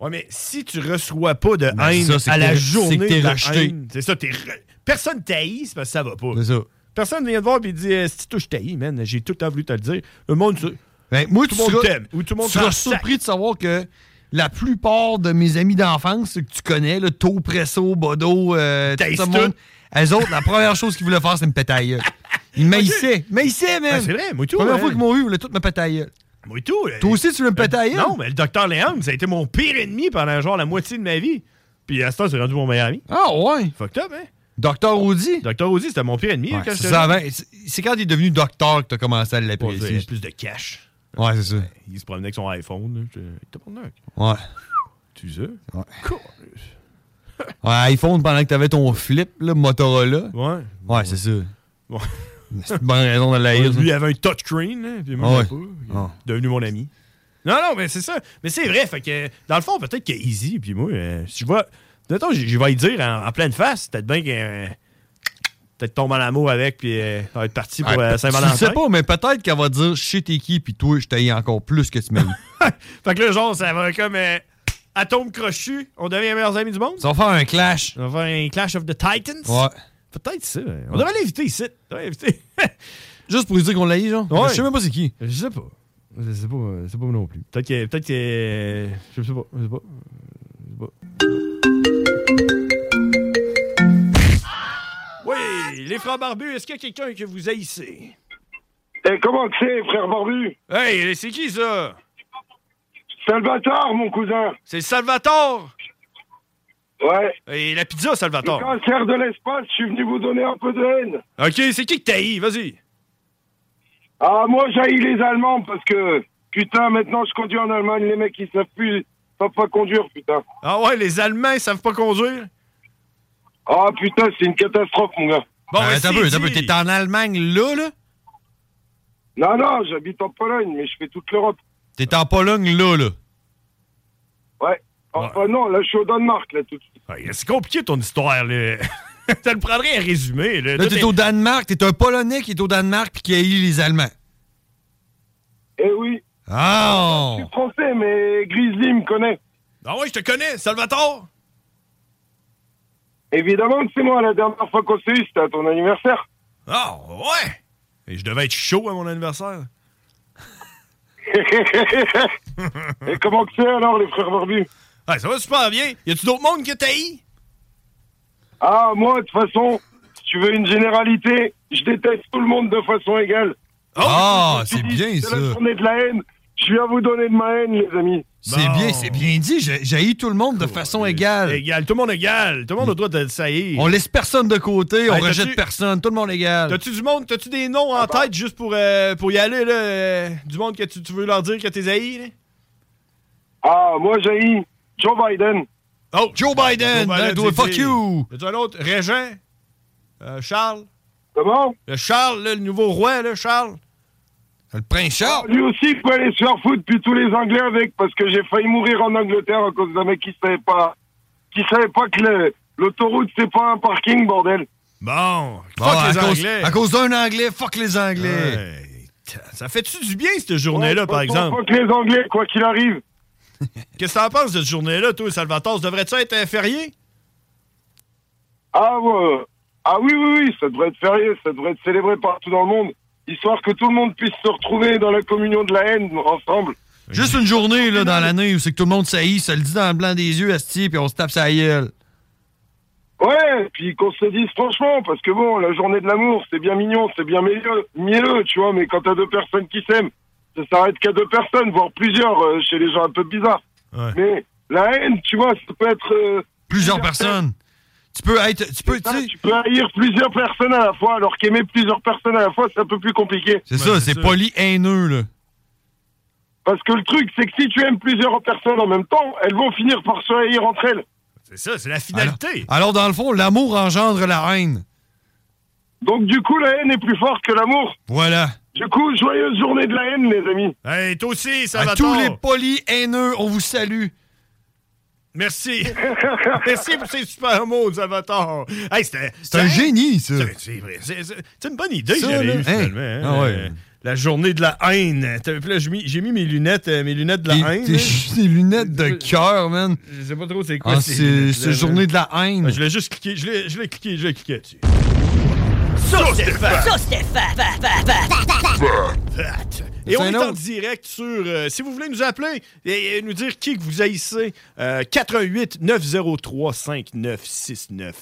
Speaker 5: Ouais, mais si tu reçois pas de
Speaker 8: Ben,
Speaker 5: haine
Speaker 8: ça, c'est
Speaker 5: à
Speaker 8: que
Speaker 5: la
Speaker 8: t'es-
Speaker 5: journée
Speaker 8: c'est que t'es
Speaker 5: de la
Speaker 8: rejeté.
Speaker 5: haine, c'est ça, t'es re- personne t'haït c'est parce que ça va pas.
Speaker 8: C'est ça.
Speaker 5: Personne vient te voir et dit euh, si tu touches t'haïs, man, j'ai tout le temps voulu te le dire. Le monde, se-
Speaker 8: Ben, Moi,
Speaker 5: tout
Speaker 8: tu
Speaker 5: le monde
Speaker 8: seras-
Speaker 5: t'aime ou tout le monde
Speaker 8: tu seras
Speaker 5: s'en
Speaker 8: surpris de savoir que la plupart de mes amis d'enfance ceux que tu connais, le Tau Presso, Bodo, euh, tout
Speaker 5: Taste
Speaker 8: ce monde,
Speaker 5: tout.
Speaker 8: elles autres, la première chose qu'ils voulaient faire, c'est me pétailler. Ils maïssaient. Maïssaient, man.
Speaker 5: Ben, c'est vrai, moi, tout,
Speaker 8: Première
Speaker 5: hein.
Speaker 8: fois qu'ils m'ont eu, ils voulaient tout me pétailler.
Speaker 5: Moi, tout. euh,
Speaker 8: Toi aussi, tu veux me pétailler?
Speaker 5: Non, mais le docteur Léon, ça a été mon pire ennemi pendant genre la moitié de ma vie. Puis à ce temps, c'est rendu mon meilleur ami.
Speaker 8: Ah, ouais.
Speaker 5: Fucked up, hein?
Speaker 8: Docteur Audi?
Speaker 5: Docteur Audi, c'était mon pire ennemi.
Speaker 8: Ouais,
Speaker 5: quand
Speaker 8: c'est
Speaker 5: j'étais
Speaker 8: ça,
Speaker 5: jeune.
Speaker 8: avant. C'est- C'est quand il est devenu docteur que t'as commencé à
Speaker 5: Ouais, c'est
Speaker 8: l'apprécier.
Speaker 5: plus de cash.
Speaker 8: Ouais, c'est ça.
Speaker 5: Il se promenait avec son iPhone. là, j'étais- Hey, tabarnak.
Speaker 8: Ouais.
Speaker 5: Tu sais?
Speaker 8: Ouais. Ouais, iPhone pendant que t'avais ton flip, là, Motorola.
Speaker 5: Ouais.
Speaker 8: Ouais, c'est ça.
Speaker 5: Bon.
Speaker 8: C'est une bonne raison de la haïr, ça.
Speaker 5: Lui, il avait un touchscreen, hein, puis moi,
Speaker 8: Ah ouais.
Speaker 5: j'avais pas. Il est
Speaker 8: Ah.
Speaker 5: devenu mon ami. Non, non, mais c'est ça. Mais c'est vrai, fait que dans le fond, peut-être que Easy, puis moi, euh, si je vois. Mettons, je je vais y dire en, en pleine face, peut-être bien que. euh, peut-être tombe en amour avec, puis euh, on va être parti pour
Speaker 8: Ouais,
Speaker 5: euh, Saint-Valentin.
Speaker 8: Je sais pas, mais peut-être qu'elle va dire shit t'es qui, puis toi, je t'haïs encore plus que tu m'as eu.
Speaker 5: Fait que là, genre, ça va comme. euh, atome crochu, on devient les meilleurs amis du monde.
Speaker 8: Ça va faire un clash.
Speaker 5: On va faire un Clash of the Titans.
Speaker 8: Ouais.
Speaker 5: Peut-être ça. ouais. On devrait l'inviter ici. On devrait l'inviter.
Speaker 8: Juste pour lui dire qu'on l'haït, genre.
Speaker 5: Ouais.
Speaker 8: Je sais même pas c'est qui.
Speaker 5: Je sais pas. Je sais pas, euh, je sais pas non plus. Peut-être que. Peut-être que. euh, Je sais pas. Je sais pas. Oui, les frères barbus, est-ce qu'il y a quelqu'un que vous haïssez?
Speaker 10: Eh, comment que c'est, frère Barbu?
Speaker 5: Hey, c'est qui ça?
Speaker 10: Salvatore, mon cousin.
Speaker 5: C'est Salvatore?
Speaker 10: Ouais.
Speaker 5: Et la pizza, Salvatore.
Speaker 10: Le cancer de l'espace, je suis venu vous donner un peu de haine.
Speaker 5: Ok, c'est qui que t'haïs? Vas-y.
Speaker 10: Ah, moi, j'haïs les Allemands parce que, putain, maintenant, je conduis en Allemagne, les mecs, ils savent plus, ils savent pas conduire, putain.
Speaker 5: Ah ouais, les Allemands, ils savent pas conduire?
Speaker 10: Ah, putain, c'est une catastrophe, mon gars.
Speaker 5: Bon,
Speaker 8: ben, t'as peu, t'as peu. T'es en Allemagne là, là?
Speaker 10: Non, non, j'habite en Pologne, mais je fais toute l'Europe.
Speaker 8: T'es en Pologne là, là.
Speaker 10: Ouais. Enfin, non, là, je suis au Danemark, là, tout de suite.
Speaker 5: Ouais, c'est compliqué ton histoire, là. ça le prendrait un résumé, là.
Speaker 8: Là,
Speaker 5: Tout
Speaker 8: t'es
Speaker 5: est-
Speaker 8: au Danemark, t'es un Polonais qui est au Danemark puis qui haït les Allemands.
Speaker 10: Eh oui.
Speaker 8: Ah!
Speaker 10: Je suis français, mais Grizzly me connaît.
Speaker 5: Ah ouais, je te connais, Salvatore.
Speaker 10: Évidemment que c'est moi, la dernière fois qu'on s'est eu, c'était à ton anniversaire.
Speaker 5: Ah ouais! Et je devais être chaud à mon anniversaire.
Speaker 10: Et comment que c'est alors, les frères barbus
Speaker 5: Ah, ça va super bien. Y a-tu d'autres mondes que t'haïs?
Speaker 10: Ah, moi, de toute façon, si tu veux une généralité, je déteste tout le monde de façon égale. Je
Speaker 8: Ah,
Speaker 10: me suis
Speaker 8: c'est
Speaker 10: dit,
Speaker 8: bien,
Speaker 10: C'est la
Speaker 8: ça.
Speaker 10: journée de la haine. Je viens vous donner de ma haine, les amis.
Speaker 8: C'est bien, c'est bien dit. J'ai- J'haïs tout le monde de façon égale.
Speaker 5: Égal, tout le monde égal. Tout le monde a le droit de s'haïr.
Speaker 8: On laisse personne de côté, on
Speaker 5: Hey,
Speaker 8: rejette
Speaker 5: t'as-tu-
Speaker 8: personne, tout le monde égal.
Speaker 5: T'as-tu du monde, t'as-tu des noms
Speaker 10: Ah
Speaker 5: en tête juste pour, euh, pour y aller, là? euh, du monde que tu, tu veux leur dire que t'es haï, là?
Speaker 10: Ah, moi, j'ai Joe Biden.
Speaker 5: Oh!
Speaker 8: Joe Biden,
Speaker 5: Joe
Speaker 8: ben, doit-
Speaker 5: c'est-
Speaker 8: fuck
Speaker 5: c'est-
Speaker 8: you.
Speaker 5: Y a-tu un autre? Régent? Euh, Charles?
Speaker 10: Comment?
Speaker 5: Le Charles, là, le nouveau roi, là, Charles?
Speaker 8: Le prince Charles?
Speaker 10: Ah, Lui aussi, il peut aller se faire foutre, puis tous les Anglais avec, parce que j'ai failli mourir en Angleterre à cause d'un mec qui savait pas. qui savait pas que le, L'autoroute, c'est pas un parking, bordel.
Speaker 5: Bon,
Speaker 8: Bon,
Speaker 5: fuck
Speaker 8: à
Speaker 5: les
Speaker 8: cause-
Speaker 5: Anglais.
Speaker 8: à cause d'un Anglais, fuck les Anglais.
Speaker 5: Ouais. Ça fait-tu du bien, cette journée-là,
Speaker 8: Ouais,
Speaker 5: par
Speaker 8: faut-
Speaker 5: exemple?
Speaker 8: faut que les
Speaker 10: Anglais, quoi qu'il arrive.
Speaker 5: Qu'est-ce que t'en penses de cette journée-là, toi, Salvatore? Ça Devrait-tu être euh, férié?
Speaker 10: Ah, ouais. ah oui, oui, oui, ça devrait être férié, ça devrait être célébré partout dans le monde, histoire que tout le monde puisse se retrouver dans la communion de la haine ensemble.
Speaker 8: Juste une journée là, dans l'année où c'est que tout le monde saillit, ça le dit dans le blanc des yeux, Asti, puis on se tape sa gueule.
Speaker 10: Ouais, puis qu'on se le dise franchement, parce que bon, la journée de l'amour, c'est bien mignon, c'est bien mielleux, mielleux, tu vois, mais quand t'as deux personnes qui s'aiment, ça s'arrête qu'à deux personnes, voire plusieurs, euh, chez les gens un peu bizarres. Mais la haine, tu vois, ça peut être... euh,
Speaker 8: Plusieurs personnes. Tu peux être... Tu peux,
Speaker 10: tu peux haïr plusieurs personnes à la fois, alors qu'aimer plusieurs personnes à la fois, c'est un peu plus compliqué.
Speaker 8: C'est ça, c'est poly-haineux, là.
Speaker 10: Parce que le truc, c'est que si tu aimes plusieurs personnes en même temps, elles vont finir par se haïr entre elles.
Speaker 5: C'est ça, c'est la finalité.
Speaker 8: Alors, dans le fond, l'amour engendre la haine.
Speaker 10: Donc, du coup, la haine est plus forte que l'amour.
Speaker 8: Voilà.
Speaker 10: Du coup, joyeuse journée de la haine, les amis.
Speaker 5: Hey, toi aussi,
Speaker 8: À tous les poly-haineux, on vous salue.
Speaker 5: Merci. Merci pour ces super mots, Salvatore. Hey, c'était-
Speaker 8: C'est un génie, ça.
Speaker 5: C'est- C'est vrai. C'est- c'est- c'est une bonne idée que
Speaker 8: Ça,
Speaker 5: j'avais
Speaker 8: là,
Speaker 5: eue,
Speaker 8: hein.
Speaker 5: finalement. hein.
Speaker 8: Ah ouais.
Speaker 5: Euh, La journée de la haine. T'as- puis là, J'ai mis, j'ai mis mes lunettes, euh, mes lunettes de la haine.
Speaker 8: Tes
Speaker 5: là.
Speaker 8: tes lunettes de cœur, man.
Speaker 5: Je sais pas trop c'est quoi.
Speaker 8: Ah,
Speaker 5: ces
Speaker 8: c'est
Speaker 5: lunettes-là,
Speaker 8: c'est
Speaker 5: là.
Speaker 8: journée de la haine.
Speaker 5: Ah, Je l'ai juste cliqué, je l'ai- je l'ai cliqué, je l'ai cliqué dessus.
Speaker 11: Sauce Stéphane.
Speaker 5: Sauce
Speaker 11: Stéphane. Fa- fa- fa- fa- fa-
Speaker 5: Et on
Speaker 11: un
Speaker 5: est en
Speaker 11: autre.
Speaker 5: direct sur. euh, si vous voulez nous appeler et, et nous dire qui que vous haïssez, euh, 88 903 5969.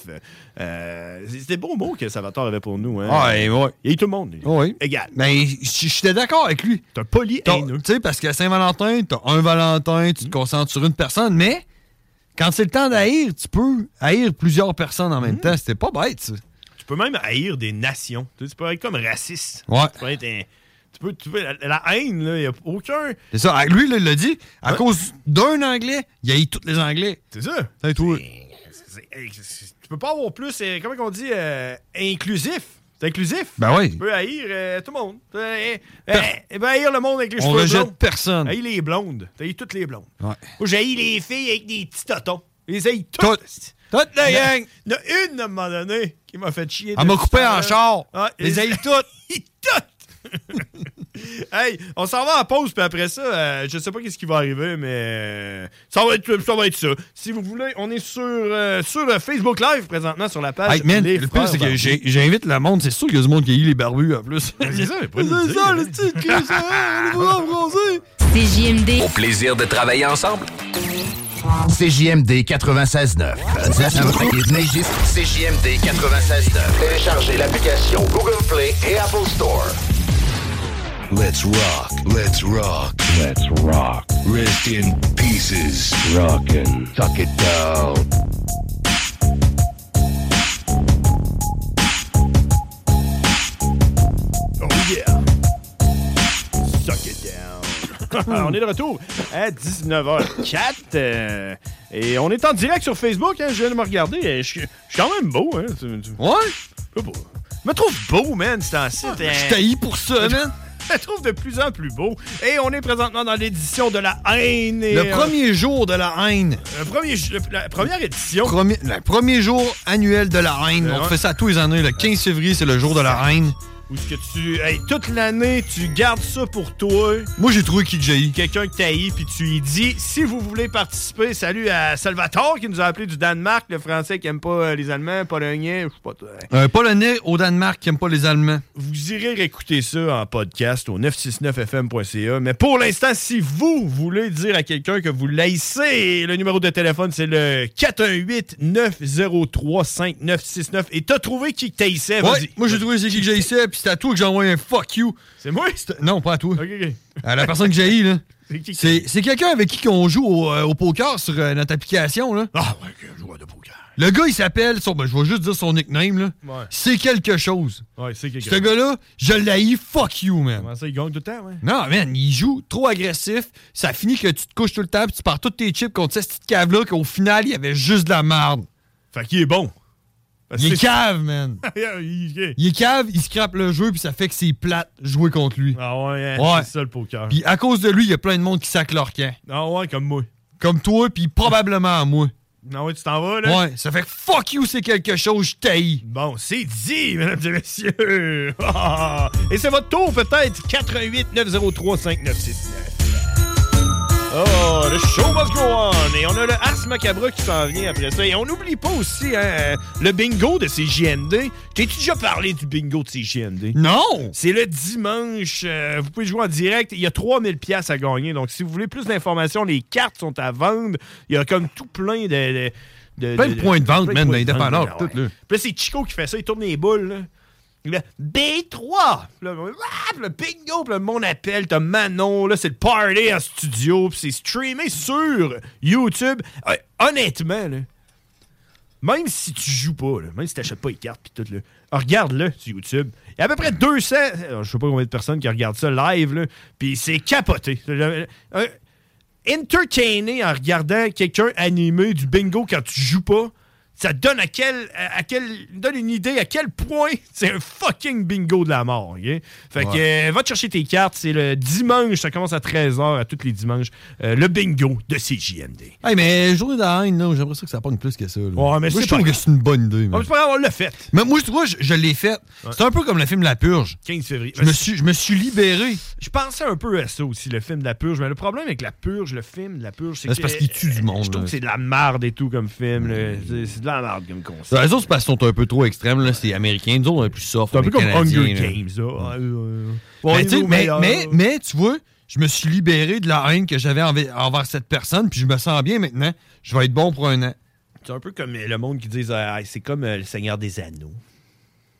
Speaker 5: Euh, C'était beau mot que Salvatore avait pour nous. Hein?
Speaker 8: Ah, et ouais.
Speaker 5: Et tout le monde.
Speaker 8: Oui.
Speaker 5: Égal.
Speaker 8: Mais j- j'étais d'accord avec lui.
Speaker 5: T'as poli
Speaker 8: Tu sais, parce qu'à Saint-Valentin, t'as un Valentin, tu te concentres sur une personne, mais quand c'est le temps d'haïr, tu peux haïr plusieurs personnes en même
Speaker 5: Hmm.
Speaker 8: temps. C'était pas bête, ça.
Speaker 5: Tu peux même haïr des nations. Tu, sais, tu peux être comme raciste.
Speaker 8: Ouais.
Speaker 5: Tu peux être un- tu peux- tu peux- la, la haine, il n'y a aucun.
Speaker 8: C'est ça. Ah, Lui, là, il l'a dit, à cause d'un Anglais, il haït tous les Anglais.
Speaker 5: C'est ça.
Speaker 8: C'est toi.
Speaker 5: c'est- c'est- Tu peux pas avoir plus, euh, comment on dit, euh, inclusif. C'est inclusif.
Speaker 8: Ben oui.
Speaker 5: Tu peux haïr euh, tout le monde. Tu peux, euh, euh, ben, haïr le monde avec les
Speaker 8: On
Speaker 5: cheveux
Speaker 8: rejette
Speaker 5: blonds.
Speaker 8: personne.
Speaker 5: Haïr les blondes. T'haïs toutes les blondes.
Speaker 8: Ouais.
Speaker 5: Moi, j'haïs les filles avec des petits totons. Je les haïs toutes.
Speaker 8: Toutes les gang.
Speaker 5: Il y en a une, à un moment donné, qui m'a fait chier.
Speaker 8: Elle m'a coupé en char.
Speaker 5: Ah,
Speaker 8: Les haïs toutes.
Speaker 5: Hey, on s'en va à pause, puis après ça, euh, je sais pas qu'est-ce qui va arriver, mais euh, ça va, être, ça va être ça. Si vous voulez, on est sur, euh, sur euh, Facebook Live présentement, sur la page.
Speaker 8: Hey, man,
Speaker 5: Les
Speaker 8: le pire,
Speaker 5: Frères
Speaker 8: c'est que
Speaker 5: Barbus.
Speaker 8: j'ai- j'invite le monde. C'est sûr qu'il y a du monde qui a eu les barbus, en plus.
Speaker 5: C'est ça, mais pas nous
Speaker 8: C'est
Speaker 5: dire.
Speaker 8: ça, le petit cul, ça. On va en bronzer.
Speaker 7: CJMD.
Speaker 9: Au plaisir de travailler ensemble. CJMD 96.9. CJMD 96.9. Téléchargez l'application Google Play et Apple Store.
Speaker 12: Let's rock. Let's rock. Let's rock. Rest in pieces. Rockin'. Tuck it down.
Speaker 5: Oh yeah! Oh, Suck it down! on est de retour à 19h04 euh, et on est en direct sur Facebook. hein, je viens de me regarder. euh, Je suis je suis quand même beau. Hein,
Speaker 8: Ouais?
Speaker 5: Je sais pas. Ah, Je me trouve beau, man, c'est un site. hein.
Speaker 8: je t'haïs pour ça, man.
Speaker 5: Je me trouve de plus en plus beau. Et on est présentement dans l'édition de la haine. et,
Speaker 8: Le
Speaker 5: euh,
Speaker 8: premier jour de la haine.
Speaker 5: le premier ju- le- la première édition.
Speaker 8: Premier, le premier jour annuel de la haine.
Speaker 5: Euh,
Speaker 8: On
Speaker 5: ouais.
Speaker 8: fait ça tous les années. Le 15 février, c'est le jour de la haine.
Speaker 5: Où est-ce que tu. Hey, toute l'année, tu gardes ça pour toi.
Speaker 8: Moi, j'ai trouvé qui que j'ai eu.
Speaker 5: Quelqu'un que t'haïs, puis tu lui dis si vous voulez participer, salut à Salvatore qui nous a appelé du Danemark, le français qui aime pas euh, les Allemands, Polonais, je sais pas. euh,
Speaker 8: Un Polonais au Danemark qui aime pas les Allemands.
Speaker 5: Vous irez réécouter ça en podcast au 969fm.ca. Mais pour l'instant, si vous voulez dire à quelqu'un que vous l'haïssez, le numéro de téléphone, c'est le 418-903-5969. Et t'as trouvé qui que t'haïssait,
Speaker 8: Ouais,
Speaker 5: vas-y.
Speaker 8: moi, j'ai trouvé c'est qui que j'ai puis c'est à toi que j'envoie un fuck you.
Speaker 5: C'est moi?
Speaker 8: Non, pas à toi.
Speaker 5: OK,
Speaker 8: À la personne que j'ai là.
Speaker 5: C'est qui?
Speaker 8: C'est c'est quelqu'un avec qui on joue au, euh, au poker sur euh, notre application, là.
Speaker 5: Ah, ouais, un joueur de poker.
Speaker 8: Le gars, il s'appelle, son- ben, je vais juste dire son nickname, là.
Speaker 5: Ouais.
Speaker 8: C'est quelque chose.
Speaker 5: Ouais, c'est quelqu'un.
Speaker 8: Ce gars-là, je l'ai fuck you, man.
Speaker 5: Comment ça, il gagne tout le temps, ouais?
Speaker 8: Non, man, il joue trop agressif. Ça finit que tu te couches tout le temps, puis tu pars toutes tes chips contre cette petite cave-là, qu'au final, il y avait juste de la merde.
Speaker 5: Fait qu'il est bon.
Speaker 8: il est
Speaker 5: c'est-
Speaker 8: cave, man. Il est cave, il scrape le jeu, puis ça fait que c'est plate jouer contre lui.
Speaker 5: Ah ouais,
Speaker 8: Ouais.
Speaker 5: c'est ça le poker.
Speaker 8: Puis à cause de lui, il y a plein de monde qui sac leur camp.
Speaker 5: Ah ouais, comme moi.
Speaker 8: Comme toi, puis probablement moi.
Speaker 5: Non, ouais, tu t'en vas, là?
Speaker 8: Ouais, ça fait que fuck you, c'est quelque chose, je taillis.
Speaker 5: Bon, c'est dit, mesdames et messieurs. et c'est votre tour, peut-être. 88 903 5969. Oh, le show must go on. Et on a le As Macabre qui s'en vient après ça. Et on n'oublie pas aussi hein, le bingo de CJMD. T'es-tu déjà parlé du bingo de CJMD?
Speaker 8: Non!
Speaker 5: C'est le dimanche. Euh, vous pouvez jouer en direct. Il y a 3000 pièces à gagner. Donc, si vous voulez plus d'informations, les cartes sont à vendre. Il y a comme tout plein de... de, de-
Speaker 8: Plein de points de vente,
Speaker 5: plein
Speaker 8: man,
Speaker 5: points
Speaker 8: dans
Speaker 5: de
Speaker 8: les
Speaker 5: vente,
Speaker 8: dépanneurs,
Speaker 5: là,
Speaker 8: tout,
Speaker 5: ouais.
Speaker 8: là.
Speaker 5: Puis là, c'est Chico qui fait ça. Il tourne les boules, là. Il fait B3! Puis Là, ah, puis le bingo, puis là, mon appel, t'as Manon, là, c'est le party en studio, puis c'est streamé sur YouTube. Euh, honnêtement, là, même si tu joues pas, là, même si t'achètes pas les cartes, puis tout, là, ah, regarde-le sur YouTube. Il y a à peu près 200, euh, je sais pas combien de personnes qui regardent ça live, là, puis c'est capoté. Euh, euh, entertainer en regardant quelqu'un animer du bingo quand tu joues pas, ça te donne à quel, à à quel- donne une idée à quel point c'est un fucking bingo de la mort. ok? Fait que
Speaker 8: Ouais.
Speaker 5: euh, va te chercher tes cartes, c'est le dimanche, ça commence à 13h à tous les dimanches, euh, le bingo de CJMD.
Speaker 8: Hey, mais journée de la haine, là, j'aimerais ça que ça pogne plus que ça. là.
Speaker 5: mais
Speaker 8: moi,
Speaker 5: c'est
Speaker 8: je trouve
Speaker 5: pas-
Speaker 8: que c'est une bonne idée.
Speaker 5: Ah,
Speaker 8: man.
Speaker 5: c'est pas grave, on l'a fait.
Speaker 8: Mais moi, je trouve, je, je l'ai faite. C'est un peu comme le film La Purge.
Speaker 5: 15 février.
Speaker 8: Je me suis, je me suis libéré.
Speaker 5: Je pensais un peu à ça aussi, le film de la purge. Mais le problème avec la purge, le film de la purge, c'est
Speaker 8: C'est parce qu'il tue du monde.
Speaker 5: Je trouve
Speaker 8: là.
Speaker 5: que c'est de la marde et tout comme film. là. C'est c'est de la marde comme concept.
Speaker 8: Ouais, Les Bah, autres, c'est parce qu'ils sont un peu trop extrêmes. Là. C'est américain. Nous autres, on est plus soft.
Speaker 5: C'est un
Speaker 8: on
Speaker 5: peu
Speaker 8: est
Speaker 5: comme
Speaker 8: Canadiens,
Speaker 5: Hunger
Speaker 8: là.
Speaker 5: Games. là. Ouais, euh,
Speaker 8: Mais,
Speaker 5: ouais,
Speaker 8: tu sais,
Speaker 5: nous,
Speaker 8: mais,
Speaker 5: euh,
Speaker 8: mais- mais, tu vois, je me suis libéré de la haine que j'avais envers, envers cette personne, puis je me sens bien maintenant. Je vais être bon pour un an.
Speaker 5: C'est un peu comme euh, le monde qui dit c'est comme euh, le Seigneur des Anneaux.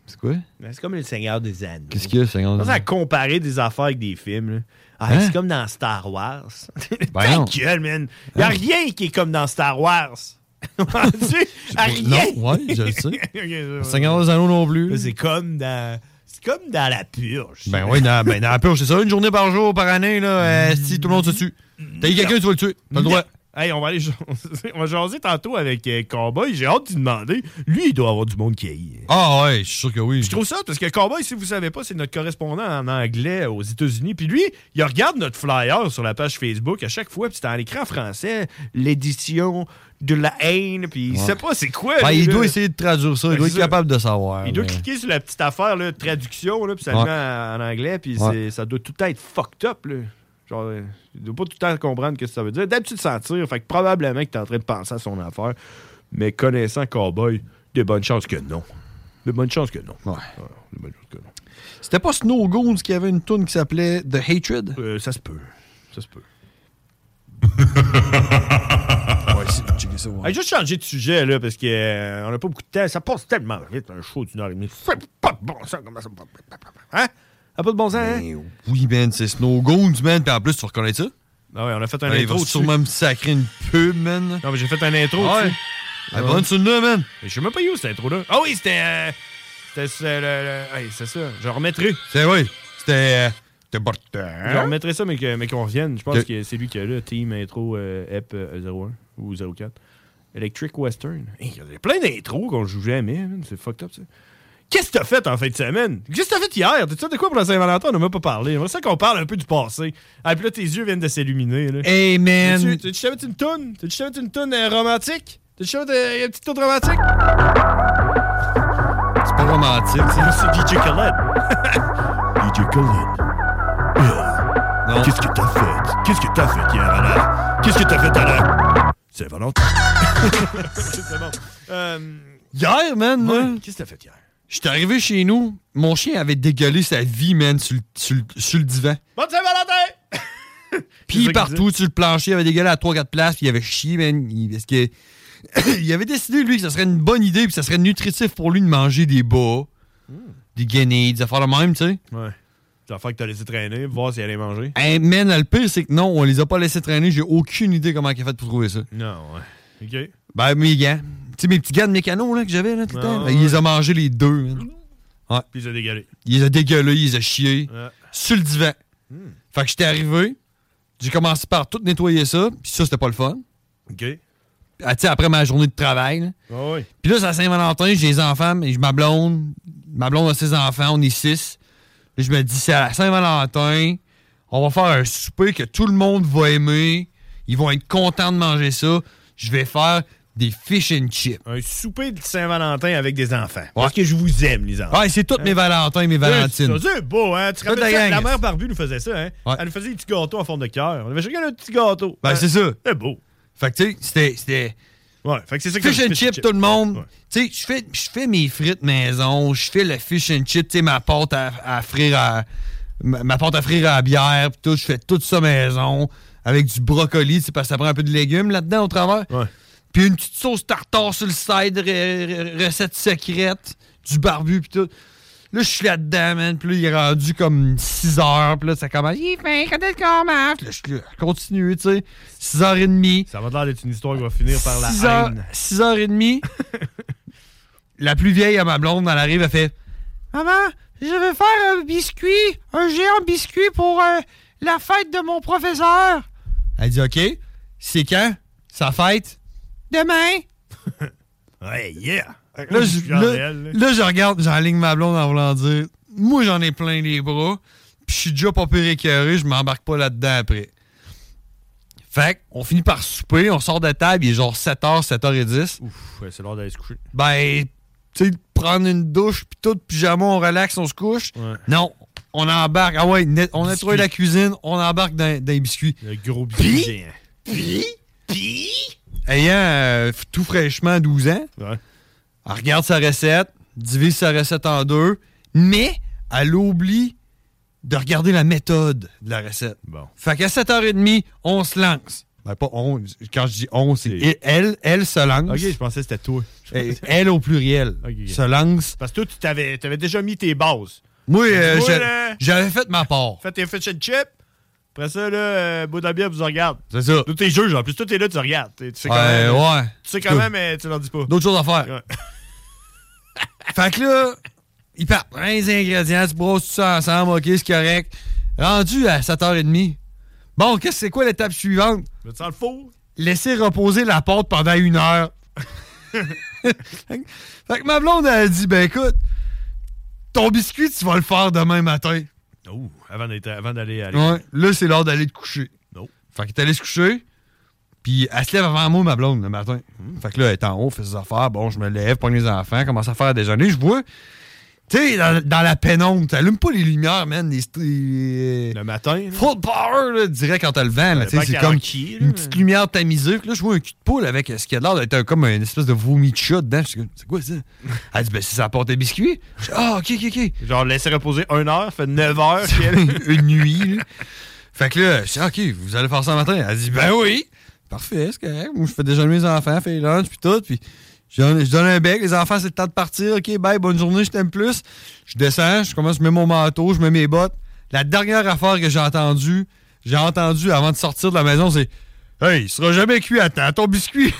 Speaker 8: C'est quoi?
Speaker 5: Ben, C'est comme le Seigneur des Anneaux.
Speaker 8: Qu'est-ce qu'il y a, Seigneur?
Speaker 5: On à comparer des affaires avec des films. là. Ah,
Speaker 8: Hein?
Speaker 5: C'est comme dans Star Wars.
Speaker 8: Ben non. Hein?
Speaker 5: Ta gueule, man. Il a rien qui est comme dans Star Wars. tu à rien.
Speaker 8: Non, ouais, je le sais.
Speaker 5: Le
Speaker 8: Seigneur des Anneaux non plus.
Speaker 5: C'est comme dans. C'est comme dans la purge.
Speaker 8: Ben oui, dans, ben, dans la purge, c'est ça. Une journée par jour, par année,
Speaker 5: Mm.
Speaker 8: là, euh, si tout le monde se tue. T'as eu quelqu'un, tu vas le tuer. T'as le droit.
Speaker 5: Hey, on va aller jaser- on va jaser tantôt avec euh, Cowboy. J'ai hâte d'y demander. Lui, il doit avoir du monde qui haït.
Speaker 8: Ah ouais, je suis sûr que oui.
Speaker 5: Je trouve ça, parce que Cowboy, si vous savez pas, c'est notre correspondant en anglais aux États-Unis. Puis lui, il regarde notre flyer sur la page Facebook à chaque fois, puis c'est en écran français, l'édition de la haine, puis il
Speaker 8: Ouais.
Speaker 5: sait pas c'est quoi.
Speaker 8: Ben,
Speaker 5: lui,
Speaker 8: il
Speaker 5: là.
Speaker 8: doit essayer de traduire ça. Il
Speaker 5: Ben,
Speaker 8: doit
Speaker 5: c'est
Speaker 8: être
Speaker 5: ça.
Speaker 8: capable de savoir.
Speaker 5: Il doit
Speaker 8: mais-
Speaker 5: cliquer sur la petite affaire, là, de traduction, là, puis ça
Speaker 8: Ouais.
Speaker 5: le met en en anglais, puis
Speaker 8: Ouais.
Speaker 5: c'est- ça doit tout être fucked up, là. Genre, euh, il doit pas tout le temps comprendre ce que ça veut dire. D'habitude, sentir, fait que probablement que t'es en train de penser à son affaire, mais connaissant Cowboy, de bonnes chances que non. De bonnes chances que non. Ouais, de bonnes chances que non.
Speaker 8: C'était pas Snow Goons qui avait une tune qui s'appelait The Hatred?
Speaker 5: Euh, ça se peut. Ça se peut.
Speaker 8: Ah,
Speaker 5: Hey, juste changer de sujet, là, parce que euh, on n'a pas beaucoup de temps. Ça passe tellement vite, un show d'une heure et demie. C'est pas de bon sens, comment ça Hein? Ça a pas de bon sens, hein?
Speaker 8: Oui, man, c'est Snow Ben, oh. Goons, man. Puis en plus, tu reconnais ça?
Speaker 5: Ah ouais, on a fait un
Speaker 8: Ah, Il
Speaker 5: intro
Speaker 8: va
Speaker 5: dessus.
Speaker 8: sûrement me sacrer une pub, man.
Speaker 5: Non, mais j'ai fait un intro
Speaker 8: hein. Ah, Ouais.
Speaker 5: dessus.
Speaker 8: Elle est bonne, sur le man.
Speaker 5: Je sais même pas où cette intro-là. Ah oui, c'était. euh, c'était sur le. le- hey, c'est ça. Je remettrai.
Speaker 8: C'est oui. C'était. euh, C'était pas
Speaker 1: Hein?
Speaker 5: Je remettrai ça, mais, que- mais qu'on revienne. Je pense
Speaker 8: Ok.
Speaker 5: que c'est lui qui a là. Team Intro euh, EP euh, 01 ou 04. Electric Western. Hey, Il y a plein d'intros qu'on joue jamais. man. C'est fucked up, ça. Qu'est-ce que t'as fait en fin de semaine? Qu'est-ce que t'as fait hier? T'es-tu de quoi pour la Saint-Valentin? On n'a même pas parlé. C'est ça qu'on parle un peu du passé. Ah, puis là, tes yeux viennent de s'illuminer. là.
Speaker 8: Hey, man.
Speaker 5: T'as-tu- T'as-tu jamais une toune? T'as-tu jamais une toune euh, romantique? T'as-tu jamais euh, une petite toune romantique?
Speaker 8: C'est pas romantique, ça.
Speaker 5: C'est DJ Khaled.
Speaker 1: DJ Khaled.
Speaker 8: Non.
Speaker 1: Qu'est-ce que t'as fait? Qu'est-ce que t'as fait hier, Alain? Qu'est-ce que t'as fait, Alain?
Speaker 8: Ben,
Speaker 1: C'est Valentin.
Speaker 5: c'est bon. Euh,
Speaker 8: Hier, man, là,
Speaker 5: Qu'est-ce que t'as fait hier?
Speaker 8: j'étais arrivé chez nous. Mon chien avait dégueulé sa vie, man, sur le- sur le- sur le divan.
Speaker 5: Bonne Saint-Valentin!
Speaker 8: Puis partout sur le plancher, il avait dégueulé à 3-4 places, puis il avait chié, man. Il, parce que, il avait décidé, lui, que ça serait une bonne idée, puis ça serait nutritif pour lui de manger des bas, des guenilles, des affaires de même, tu sais.
Speaker 5: Ouais. C'est l'affaire que t'as laissé traîner, voir si elle allait manger.
Speaker 8: Hey, man, le pire, c'est que non, on les a pas laissés traîner, j'ai aucune idée comment il a fait pour trouver ça.
Speaker 5: Non, ouais. OK.
Speaker 8: Ben, mes gants. Tu sais, mes petits gants de mécano, là, que j'avais, là, tout le
Speaker 5: Ah,
Speaker 8: temps.
Speaker 5: ouais.
Speaker 8: Ben, il les a mangés, les deux, man. Ouais.
Speaker 5: Puis il a dégueulé.
Speaker 8: Il les a dégueulés, il les a chiés.
Speaker 5: Ouais.
Speaker 8: Sur le divan.
Speaker 5: Hmm.
Speaker 8: Fait que j'étais arrivé, j'ai commencé par tout nettoyer ça, puis ça, c'était pas le fun.
Speaker 5: OK.
Speaker 8: Ah, tu sais, après ma journée de travail, là.
Speaker 5: Ah oui.
Speaker 8: Puis là, c'est à Saint-Valentin, j'ai les enfants, mais je- ma blonde, ma blonde a ses enfants, on est six. Là, je me dis, c'est à la Saint-Valentin, on va faire un souper que tout le monde va aimer. Ils vont être contents de manger ça. Je vais faire Des fish and chips.
Speaker 5: Un souper de Saint-Valentin avec des enfants. Parce que je vous aime, les enfants. Hein?
Speaker 8: Ouais, Ah, c'est toutes mes Valentins et mes
Speaker 5: Ouais,
Speaker 8: Valentines.
Speaker 5: Eh, c'est ça, C'est beau, hein? Tu te
Speaker 8: Toute
Speaker 5: rappelles
Speaker 8: la
Speaker 5: ça?
Speaker 8: gang.
Speaker 5: La mère Barbu nous faisait ça, hein?
Speaker 8: Ouais.
Speaker 5: Elle nous faisait des petits gâteaux en forme de cœur. On avait chacun un petit gâteau. Hein?
Speaker 8: Ben, c'est ça.
Speaker 5: Euh, C'est beau.
Speaker 8: Fait que, tu sais, c'était- c'était.
Speaker 5: Ouais, fait que c'est ça que
Speaker 8: Fish
Speaker 5: ça me
Speaker 8: and
Speaker 5: fait
Speaker 8: chip,
Speaker 5: chip.
Speaker 8: tout le monde.
Speaker 5: Ouais.
Speaker 8: Tu sais, je fais, je fais mes frites maison, je fais le fish and chip, tu sais, ma pâte à, à frire à. Ma, ma pâte à frire à la bière, pis tout, je fais tout ça maison, avec du brocoli, c'est parce que ça prend un peu de légumes là-dedans au travers. Puis une petite sauce tartare sur le side, re- re- recette secrète, du barbu, pis tout. Là, je suis là-dedans, man. Puis là, il est rendu comme 6 heures. Puis là, ça commence. Il fait quand est-ce qu'on mange? Puis là, je suis là, continue, tu sais. 6h30.
Speaker 5: Ça va te l'air d'être une histoire qui va finir par la
Speaker 8: 6 heures-
Speaker 5: haine.
Speaker 8: 6h30. la plus vieille à ma blonde, elle arrive, elle fait
Speaker 13: Maman, je vais faire un biscuit, un géant biscuit pour euh, la fête de mon professeur.
Speaker 8: Elle dit OK, c'est quand? Sa fête?
Speaker 13: Demain.
Speaker 5: Ouais, Eh, yeah!
Speaker 8: Là, je,
Speaker 5: Genre
Speaker 8: là,
Speaker 5: réel, là.
Speaker 8: là, je regarde, j'enligne ma blonde en voulant dire Moi, j'en ai plein les bras. Puis je suis déjà pas pire écœuré, je m'embarque pas là-dedans après. Fait qu'on finit par souper, on sort de table, il est genre 7h, 7h10.
Speaker 5: Ouf, ouais, c'est l'heure d'aller se coucher.
Speaker 8: Ben, tu sais, prendre une douche, puis tout, pyjama, on relaxe, on se couche. Non, on embarque. Ah ouais, net- on a
Speaker 5: Biscuit.
Speaker 8: trouvé la cuisine, on embarque dans, dans les biscuits.
Speaker 5: Le gros biscuit géant.
Speaker 8: Puis, ayant euh, f- tout fraîchement 12 ans, elle regarde sa recette, divise sa recette en deux, mais elle oublie de regarder la méthode de la recette. Fait qu'à 7h30, on se lance. Ben, pas on, quand je dis on, c'est et elle, elle se lance.
Speaker 5: Ok, je pensais que c'était toi.
Speaker 8: Et Elle au pluriel
Speaker 5: ok.
Speaker 8: se lance.
Speaker 5: Parce que toi, tu t'avais, t'avais déjà mis tes bases.
Speaker 8: Moi, euh,
Speaker 5: Moi,
Speaker 8: j'a-
Speaker 5: là-
Speaker 8: j'avais fait ma part.
Speaker 5: Fais tes fish and chip. Après ça, là, euh, bout de la bière, vous en regarde.
Speaker 8: C'est ça.
Speaker 5: Tous tes jeux, genre. En plus, tout est là, tu regardes. Tu sais quand
Speaker 8: Ouais,
Speaker 5: même.
Speaker 8: ouais.
Speaker 5: Tu sais quand
Speaker 8: Tout.
Speaker 5: même, mais tu leur dis pas.
Speaker 8: D'autres choses à faire.
Speaker 5: Ouais.
Speaker 8: Fait que là, ils partent. Prends les ingrédients, tu brosses tout ça ensemble, ok, c'est correct. Rendu à 7h30. Bon, qu'est-ce que c'est quoi l'étape suivante?
Speaker 5: Mais tu sens le four?
Speaker 8: Laisser reposer la porte pendant une heure. fait que ma blonde, elle a dit, ben écoute, ton biscuit, tu vas le faire demain matin.
Speaker 5: Oh, avant, d'être- avant d'aller à
Speaker 8: Ouais, là, c'est l'heure d'aller te coucher.
Speaker 5: Non.
Speaker 8: Fait qu'elle est allée se coucher, puis elle se lève avant moi, ma blonde, le matin.
Speaker 5: Hmm.
Speaker 8: Fait que là, elle est en haut, fait ses affaires. Bon, je me lève, prends les enfants, commence à faire à déjeuner. Je vois, tu sais, dans, dans la pénombre, t'allumes pas les lumières, man. Les, le
Speaker 5: matin.
Speaker 8: Full power, là, direct quand t'as le vent. là, tu sais,
Speaker 5: dépend
Speaker 8: C'est
Speaker 5: qu'elle
Speaker 8: comme
Speaker 5: a qui, là,
Speaker 8: une petite lumière tamisée. Puis Là, je vois un cul de poule avec euh, ce qui a l'air d'être un- comme une espèce de vomi de chat dedans. Je suis comme, c'est quoi ça? Elle dit, ben, c'est sa porte à biscuits. Je dis, ah, ok, ok, ok.
Speaker 5: Genre, laisser reposer une heure, fait 9 heures. puis elle-
Speaker 8: une nuit. là. Fait que là, je dis, OK, vous allez faire ça le matin. Elle dit, ben oui. Parfait, c'est correct. Moi, je fais déjà mes enfants, fais lunch, puis tout. Puis je donne, je donne un bec. Les enfants, c'est le temps de partir. OK, bye, bonne journée, je t'aime plus. Je descends, je commence, je mets mon manteau, je mets mes bottes. La dernière affaire que j'ai entendue, j'ai entendue avant de sortir de la maison, c'est Hey, il sera jamais cuit à temps, ton biscuit.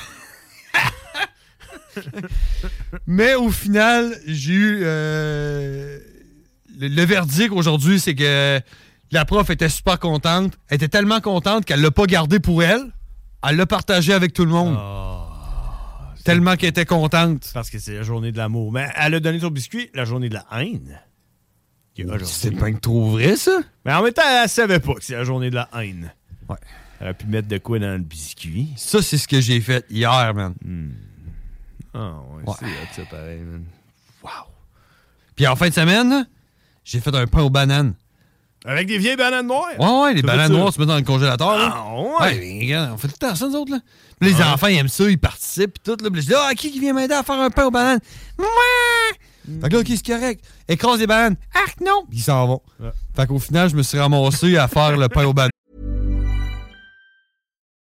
Speaker 8: Mais au final, j'ai eu. euh, le, le verdict aujourd'hui, c'est que la prof était super contente. Elle était tellement contente qu'elle l'a pas gardé pour elle. Elle l'a partagé avec tout le monde.
Speaker 5: Ah,
Speaker 8: tellement qu'elle était contente.
Speaker 5: Parce que c'est la journée de l'amour. Mais elle a donné son biscuit, la journée de la haine.
Speaker 8: C'est pas trop vrai, ça?
Speaker 5: Mais en même temps, elle savait pas que c'est la journée de la haine. Ouais. Elle aurait pu mettre de quoi dans le biscuit.
Speaker 8: Ça, c'est ce que j'ai fait hier, man.
Speaker 5: Ah, Hmm. ouais, c'est hot, ça, pareil, man.
Speaker 8: Puis en fin de semaine, j'ai fait un pain aux bananes.
Speaker 5: Avec des vieilles bananes noires.
Speaker 8: Ouais, ouais, les
Speaker 5: Ça
Speaker 8: bananes
Speaker 5: fait ça.
Speaker 8: noires, tu mets dans le congélateur. là.
Speaker 5: Ah, ouais. Ah
Speaker 8: mais regarde, on fait tout le temps ça, nous autres, là. Puis les enfants, ils aiment ça, ils participent, puis tout, là. Puis je dis, ah, qui qui vient m'aider à faire un pain aux bananes? Moi!
Speaker 5: Hmm.
Speaker 8: Fait que là, ok, c'est correct. Écrase les bananes. Arc, non! Ils s'en vont. Fait qu'au final, je me suis ramassé à faire le pain aux bananes.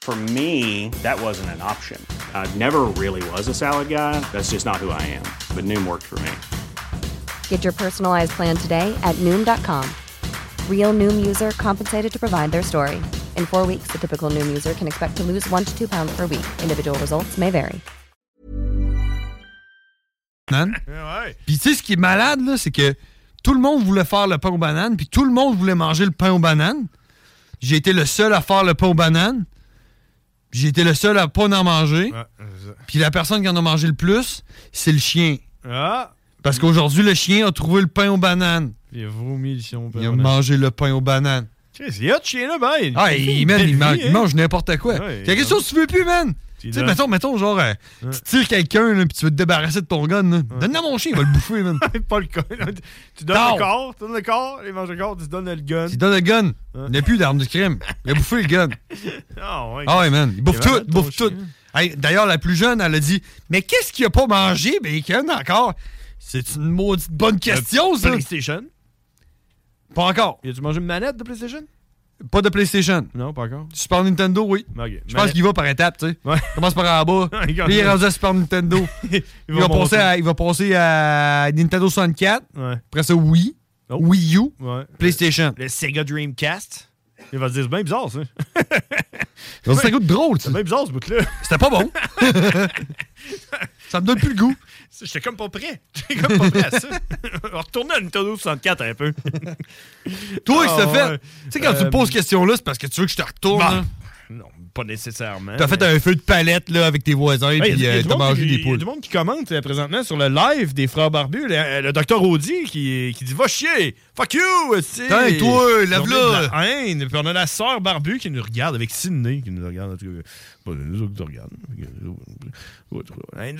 Speaker 14: For me, that wasn't an option. I never really was a salad guy. That's just not who I am. But Noom worked for me.
Speaker 15: Get your personalized plan today at Noom.com. Real Noom user compensated to provide their story. In four weeks, the typical Noom user can expect to lose one to two pounds per week. Individual results may vary.
Speaker 8: banane. Puis tu sais, ce qui est malade, là, c'est que tout le monde voulait faire le pain aux bananes, puis tout le monde voulait manger le pain aux bananes. J'ai été le seul à faire le pain aux bananes. puis J'ai été le seul à pas en manger. Puis la personne qui en a mangé le plus, c'est le chien.
Speaker 5: Ah!
Speaker 8: Parce qu'aujourd'hui, le chien a trouvé le pain aux bananes.
Speaker 5: Il a vomi le chien.
Speaker 8: Il a mangé le pain aux bananes.
Speaker 5: ben, Il y a de chien là, ben.
Speaker 8: Ah, il, man, il mange, il mange n'importe quoi.
Speaker 5: hein. Ouais,
Speaker 8: T'as quelque chose que tu veux plus, man? Tu sais,
Speaker 5: donnes-
Speaker 8: mettons, mettons, genre, euh, tu tires quelqu'un, là, puis tu veux te débarrasser de ton gun, là. Donne-le à mon chien, il va le bouffer, man.
Speaker 5: Pas le con. Tu donnes le corps, tu donnes le corps, il mange le corps, tu donnes le gun.
Speaker 8: Tu donnes le gun. Il n'a plus d'arme de crime. Il a bouffé le gun.
Speaker 5: Ah ouais.
Speaker 8: Ah ouais, man. Il bouffe
Speaker 5: C'est
Speaker 8: tout,
Speaker 5: malade,
Speaker 8: il bouffe tout. Hey, D'ailleurs, la plus jeune, elle a dit Mais qu'est-ce qu'il a pas mangé, Bacon, encore C'est une maudite bonne question, ça.
Speaker 5: PlayStation
Speaker 8: Pas encore.
Speaker 5: Y a-tu mangé une manette de PlayStation
Speaker 8: Pas de PlayStation.
Speaker 5: Non, pas encore.
Speaker 8: Super Nintendo, oui. Je pense
Speaker 5: Manette.
Speaker 8: qu'il va par étapes, tu sais. Commence par en bas.
Speaker 5: Il
Speaker 8: Puis
Speaker 5: commence-
Speaker 8: il est rendu à Super Nintendo. il,
Speaker 5: va
Speaker 8: va passer
Speaker 5: monter.
Speaker 8: à, il va passer à Nintendo 64.
Speaker 5: Ouais. Oh.
Speaker 8: Après ça, Wii. Wii U.
Speaker 5: Ouais.
Speaker 8: PlayStation.
Speaker 5: Le Sega Dreamcast. Il va se dire, c'est bien bizarre, ça.
Speaker 8: Ça goûte drôle, tu sais.
Speaker 5: C'est bien bizarre, ce bout-là.
Speaker 8: C'était pas bon. ça me donne plus le goût.
Speaker 5: J'étais comme pas prêt. J'étais comme pas prêt à ça. Retourner à Nintendo 64 un peu.
Speaker 8: Toi, qui
Speaker 5: Ah,
Speaker 8: t'as fait.
Speaker 5: ouais.
Speaker 8: Tu sais, quand tu
Speaker 5: Euh,
Speaker 8: me poses question-là, c'est parce que tu veux que je te retourne.
Speaker 5: bah,
Speaker 8: hein.
Speaker 5: Non, pas nécessairement.
Speaker 8: T'as fait
Speaker 5: mais-
Speaker 8: un feu de palette là, avec tes voisins et
Speaker 5: Hey, y a- y a du
Speaker 8: t'as
Speaker 5: monde
Speaker 8: mangé
Speaker 5: qui-
Speaker 8: euh, des
Speaker 5: y a
Speaker 8: poules.
Speaker 5: du monde qui commente euh, présentement sur le live des Frères Barbus. Le, euh, le docteur Audi qui, qui dit Va chier Fuck you
Speaker 8: Tain, toi, lave-la.
Speaker 5: la haine. Puis on a la sœur Barbu qui nous regarde avec Sydney qui nous regarde. En tout cas, pas nous autres qui nous regardent.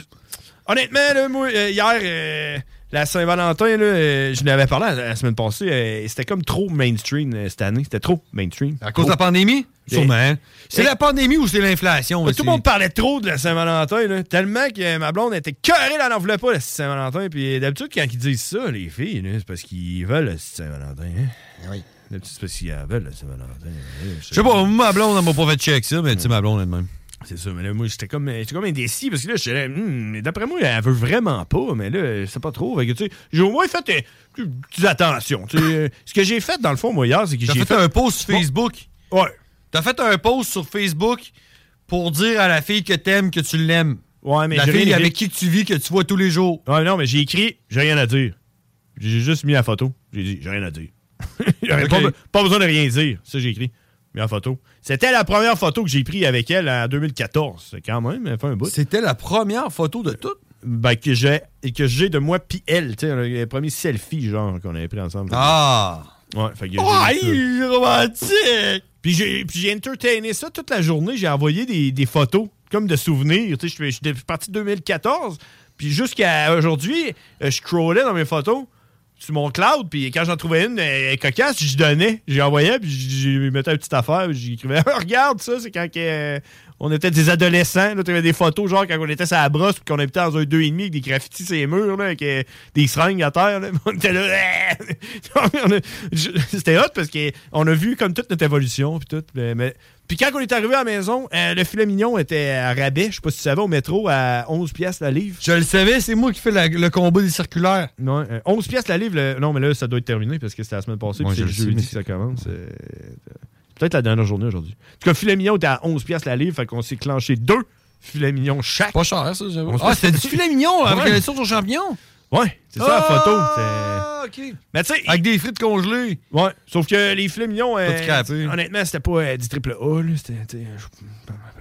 Speaker 5: Honnêtement, là, moi, euh, hier, euh, la Saint-Valentin, là, euh, je n'avais parlé la, la semaine passée. euh, c'était comme trop mainstream euh, cette année. C'était trop mainstream.
Speaker 8: À cause de la pandémie? Sûrement. C'est la pandémie ou c'est l'inflation?
Speaker 5: Tout le monde parlait trop de la Saint-Valentin, là, tellement que euh, ma blonde était cœurée, elle n'en voulait pas, la Saint-Valentin. Puis d'habitude, quand ils disent ça, les filles, là, c'est parce qu'ils veulent la Saint-Valentin. Oui. D'habitude, c'est parce qu'ils veulent la Saint-Valentin. hein,
Speaker 8: Je sais pas, moi, ma blonde, elle m'a pas fait check ça, mais tu sais, ma blonde elle-même.
Speaker 5: C'est ça, mais là, moi, j'étais comme, j'étais comme indécis parce que là, j'étais là, Hmm, mais d'après moi, elle veut vraiment pas, mais là, je sais pas trop. Fait que, tu sais, j'ai au moins fait euh, des petites attentions. tu sais. Euh, ce que j'ai fait, dans le fond, moi, hier, c'est que
Speaker 8: T'as
Speaker 5: j'ai
Speaker 8: fait, un post sur Facebook.
Speaker 5: Ouais.
Speaker 8: T'as fait un post sur Facebook pour dire à la fille que t'aimes que tu l'aimes.
Speaker 5: Ouais, mais
Speaker 8: La
Speaker 5: j'ai
Speaker 8: fille
Speaker 5: rien
Speaker 8: avec
Speaker 5: écrit.
Speaker 8: qui tu vis, que tu vois tous les jours.
Speaker 5: Ouais, non, mais j'ai écrit, j'ai rien à dire. J'ai juste mis la photo. J'ai dit, j'ai rien à dire. J'avais
Speaker 8: Ok.
Speaker 5: pas, be- pas besoin de rien dire. Ça, j'ai écrit. Mis la photo. C'était la première photo que j'ai prise avec elle en 2014. C'est quand même, elle fait un bout.
Speaker 8: C'était la première photo de toutes?
Speaker 5: Ben, que j'ai, et que j'ai de moi pis elle. Tu sais, le premier selfie, genre, qu'on avait pris ensemble.
Speaker 8: Ah!
Speaker 5: Ouais, fait que
Speaker 8: Ouais,
Speaker 5: j'ai mis ça.
Speaker 8: romantique!
Speaker 5: Puis j'ai, puis j'ai entertainé ça toute la journée. J'ai envoyé des, des photos comme de souvenirs. Tu sais, je suis- je suis depuis- parti de 2014. Puis jusqu'à aujourd'hui, euh, je scrollais dans mes photos sur mon cloud. Puis quand j'en trouvais une euh, cocasse, je donnais. J'y envoyais, puis je mettais une petite affaire. Puis j'écrivais « Regarde ça, c'est quand que, euh, on était des adolescents. Là, t'avais des photos, genre, quand on était à la brosse, puis qu'on habitait dans un 2,5 avec des graffitis sur les murs, là, avec euh, des seringues à terre. là. On était là. euh, On a- je- C'était hot parce qu'on a vu comme toute notre évolution. Puis tout. Mais, mais- puis quand on est arrivé à la maison, euh, le filet mignon était à rabais. Je sais pas si tu savais, au métro, à 11 pièces la livre.
Speaker 8: Je le savais, c'est moi qui fais la- le combat des circulaires.
Speaker 5: Non, euh, 11 pièces la livre. le- Non, mais là, ça doit être terminé parce que c'était la semaine passée.
Speaker 8: Moi,
Speaker 5: puis
Speaker 8: je
Speaker 5: c'est le
Speaker 8: le sais,
Speaker 5: jeudi
Speaker 8: mais-
Speaker 5: que ça commence. euh, c'est Peut-être la dernière journée aujourd'hui. En tout cas, filet mignon était à 11 pièces la livre. Fait qu'on s'est clenché deux filets mignons chaque.
Speaker 8: Pas cher, ça, j'avoue.
Speaker 5: On se-
Speaker 8: Ah, c'était du filet mignon avec
Speaker 5: Ouais.
Speaker 8: la sauce aux champignons?
Speaker 5: Ouais, c'est ça la photo. c'est-
Speaker 8: Ah, ok.
Speaker 5: Mais tu sais. Avec
Speaker 8: des frites congelées.
Speaker 5: Ouais. Sauf que les filets mignons. euh,
Speaker 8: du crappé.
Speaker 5: honnêtement, c'était pas euh, du triple A. là, C'était tu sais,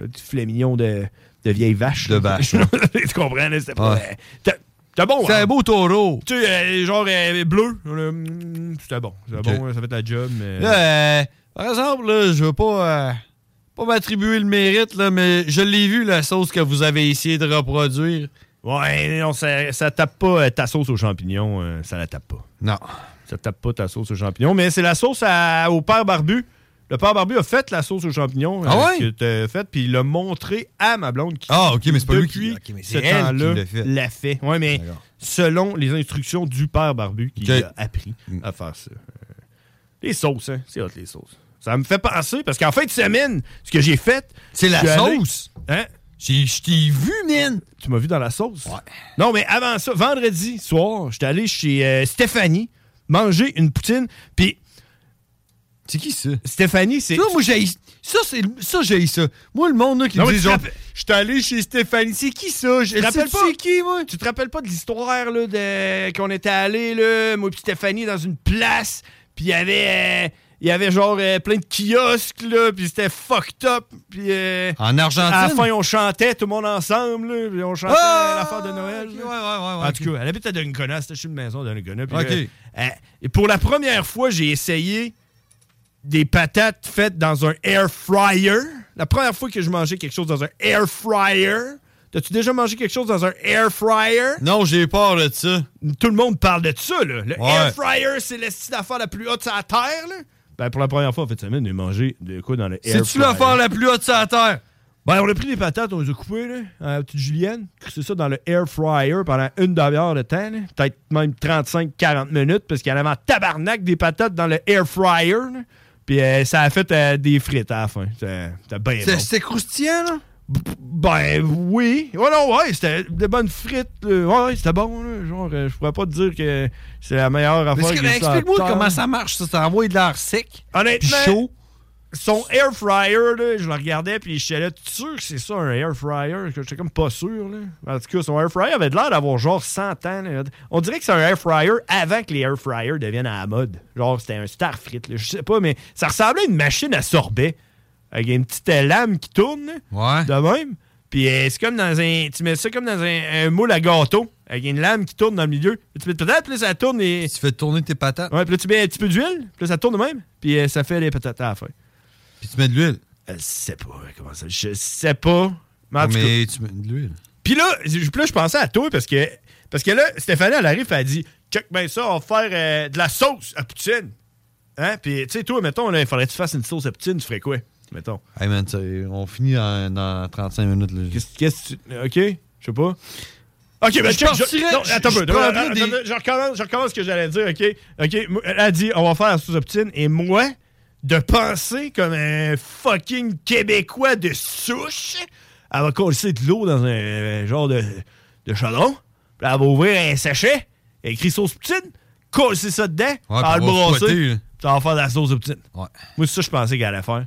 Speaker 5: je- du filet mignon de, de vieille vache. De
Speaker 8: vache.
Speaker 5: tu comprends, là, c'était pas.
Speaker 8: Ouais.
Speaker 5: euh, t'as- C'était bon. hein?
Speaker 8: C'est un beau taureau.
Speaker 5: Tu sais, euh, genre euh, bleu. là, mm, C'était bon. C'était
Speaker 8: Ok.
Speaker 5: bon, là, ça fait la job. Mais...
Speaker 8: Là, euh, par exemple, là, je veux pas, euh, pas m'attribuer le mérite, là, mais je l'ai vu, la sauce que vous avez essayé de reproduire.
Speaker 5: Ouais, non, ça, ça tape pas euh, ta sauce aux champignons, euh, ça la tape pas.
Speaker 8: Non.
Speaker 5: Ça tape pas ta sauce aux champignons, mais c'est la sauce à- au père barbu. Le père barbu a fait la sauce aux champignons. euh,
Speaker 8: Ah ouais?
Speaker 5: Que t'as faite, puis il l'a montré à ma blonde qui.
Speaker 8: Ah, ok, mais c'est pas lui qui-
Speaker 5: depuis
Speaker 8: ok, mais
Speaker 5: ce
Speaker 8: c'est elle qui
Speaker 5: temps-là,
Speaker 8: l'a fait.
Speaker 5: l'a fait. Ouais, mais selon les instructions du père barbu qui
Speaker 8: Ok.
Speaker 5: a appris à faire ça. Euh, Les sauces, hein? C'est hot, les sauces. Ça me fait penser, parce qu'en fin de semaine, ce que j'ai fait.
Speaker 8: C'est la
Speaker 5: je suis allé-
Speaker 8: sauce?
Speaker 5: Hein? Je t'ai vu, man! Tu m'as vu dans la sauce? Non, mais avant ça, vendredi soir, j'étais allé chez euh, Stéphanie manger une poutine, puis... C'est qui ça? Stéphanie, c'est...
Speaker 8: Ça, moi, j'ai. Ça, c'est. Ça, j'ai ça. Moi, le monde, là, qui
Speaker 5: Non,
Speaker 8: me
Speaker 5: mais
Speaker 8: dit
Speaker 5: tu
Speaker 8: genre.
Speaker 5: t'rappelles-
Speaker 8: J'étais allé chez Stéphanie. C'est qui ça?
Speaker 5: Je te rappelle pas.
Speaker 8: C'est qui, moi?
Speaker 5: Tu te rappelles pas de l'histoire là, de qu'on était allé là, moi et Stéphanie dans une place, puis il y avait euh, il y avait genre euh, plein de kiosques là, puis c'était fucked up, puis euh,
Speaker 8: En Argentine?
Speaker 5: À la fin on chantait tout le monde ensemble, là, puis on chantait
Speaker 8: Ah!
Speaker 5: l'affaire de Noël. là.
Speaker 8: ouais,
Speaker 5: en tout cas, elle habite à Donnacona, c'était chez une maison à Donnacona. puis,
Speaker 8: Ok.
Speaker 5: euh, euh, et pour la première fois, j'ai essayé des patates faites dans un air fryer. La première fois que je mangeais quelque chose dans un air fryer. T'as-tu déjà mangé quelque chose dans un air fryer?
Speaker 8: Non, j'ai peur de ça.
Speaker 5: Tout le monde parle de ça, là. Le
Speaker 8: Ouais.
Speaker 5: air fryer, c'est la style d'affaire la plus haute sur la terre, là. Ben, pour la première fois, en fait, de semaine, j'ai mangé de quoi dans le air
Speaker 8: C'est-tu l'affaire la plus haute sur la terre?
Speaker 5: Ben, on a pris des patates, on les a coupées, là, à la petite Julienne. C'est ça dans le air fryer pendant une demi-heure de temps, là. Peut-être même 35-40 minutes, parce qu'il y en avait en tabarnak des patates dans le air fryer, là. Puis euh, ça a fait euh, des frites à la fin. C'était c'était bien
Speaker 8: C'est-
Speaker 5: bon.
Speaker 8: C'était croustillant, là?
Speaker 5: Eh Ben oui. Ouais, non, ouais, c'était Euh, des bonnes frites. là. Ouais, ouais, c'était bon. là. Genre, euh, je pourrais pas te dire que c'est la meilleure
Speaker 8: Mais
Speaker 5: affaire
Speaker 8: c'est
Speaker 5: que
Speaker 8: que-
Speaker 5: j'ai sur la
Speaker 8: Explique-moi
Speaker 5: terre.
Speaker 8: comment ça marche, ça. Ça envoie de l'air sec.
Speaker 5: Honnêtement,
Speaker 8: puis chaud.
Speaker 5: son air fryer, là, je le regardais, puis j'étais là, tu sûr que c'est ça un air fryer? Que J'étais comme pas sûr. Là. En tout cas, son air fryer avait de l'air d'avoir genre 100 ans. là. On dirait que c'est un air fryer avant que les air fryers deviennent à la mode. Genre, c'était un star frite. là. Je sais pas, mais ça ressemblait à une machine à sorbet. Avec une petite euh, lame qui tourne. là, De même. Puis euh, c'est comme dans un. Tu mets ça comme dans un, un moule à gâteau. Avec une lame qui tourne dans le milieu. Puis tu mets peut-être, puis là, ça tourne et.
Speaker 8: Tu fais tourner tes patates.
Speaker 5: Ouais, puis là, tu mets un petit peu d'huile. Puis là, ça tourne de même. Puis euh, ça fait les patates à la fin.
Speaker 8: Puis tu mets de l'huile.
Speaker 5: Je sais pas euh, comment ça. Je sais pas. Mais en tout
Speaker 8: Ah, Mais
Speaker 5: cas-
Speaker 8: tu mets de l'huile.
Speaker 5: Puis là, je- puis là, je pensais à toi parce que. Parce que là, Stéphanie, elle arrive, elle dit Check ben ça, on va faire euh, de la sauce à poutine. Hein? Puis, tu sais, toi, mettons, là, il faudrait que tu fasses une sauce à poutine, tu ferais quoi? Mettons.
Speaker 8: Hey, man, tu- on finit dans, dans 35 minutes. là.
Speaker 5: Qu'est-ce que tu. OK? Je sais pas. Ok, ben,
Speaker 8: Je
Speaker 5: check,
Speaker 8: partirais-
Speaker 5: non,
Speaker 8: je-
Speaker 5: attends un peu.
Speaker 8: je
Speaker 5: attends,
Speaker 8: prendrais
Speaker 5: attends,
Speaker 8: des-
Speaker 5: attends, Je recommence, je recommence ce que j'allais dire, OK? OK, moi, elle a dit, on va faire la sauce à poutine. Et moi, de penser comme un fucking Québécois de souche, elle va coller de l'eau dans un euh, genre de, de chaudron. Puis elle va ouvrir un sachet, écrit sauce poutine, coller ça dedans,
Speaker 8: Ouais,
Speaker 5: ça va le
Speaker 8: puis on va fouetter, là.
Speaker 5: brasser, ça va faire de la sauce à poutine. Moi, c'est ça que je pensais qu'elle allait faire.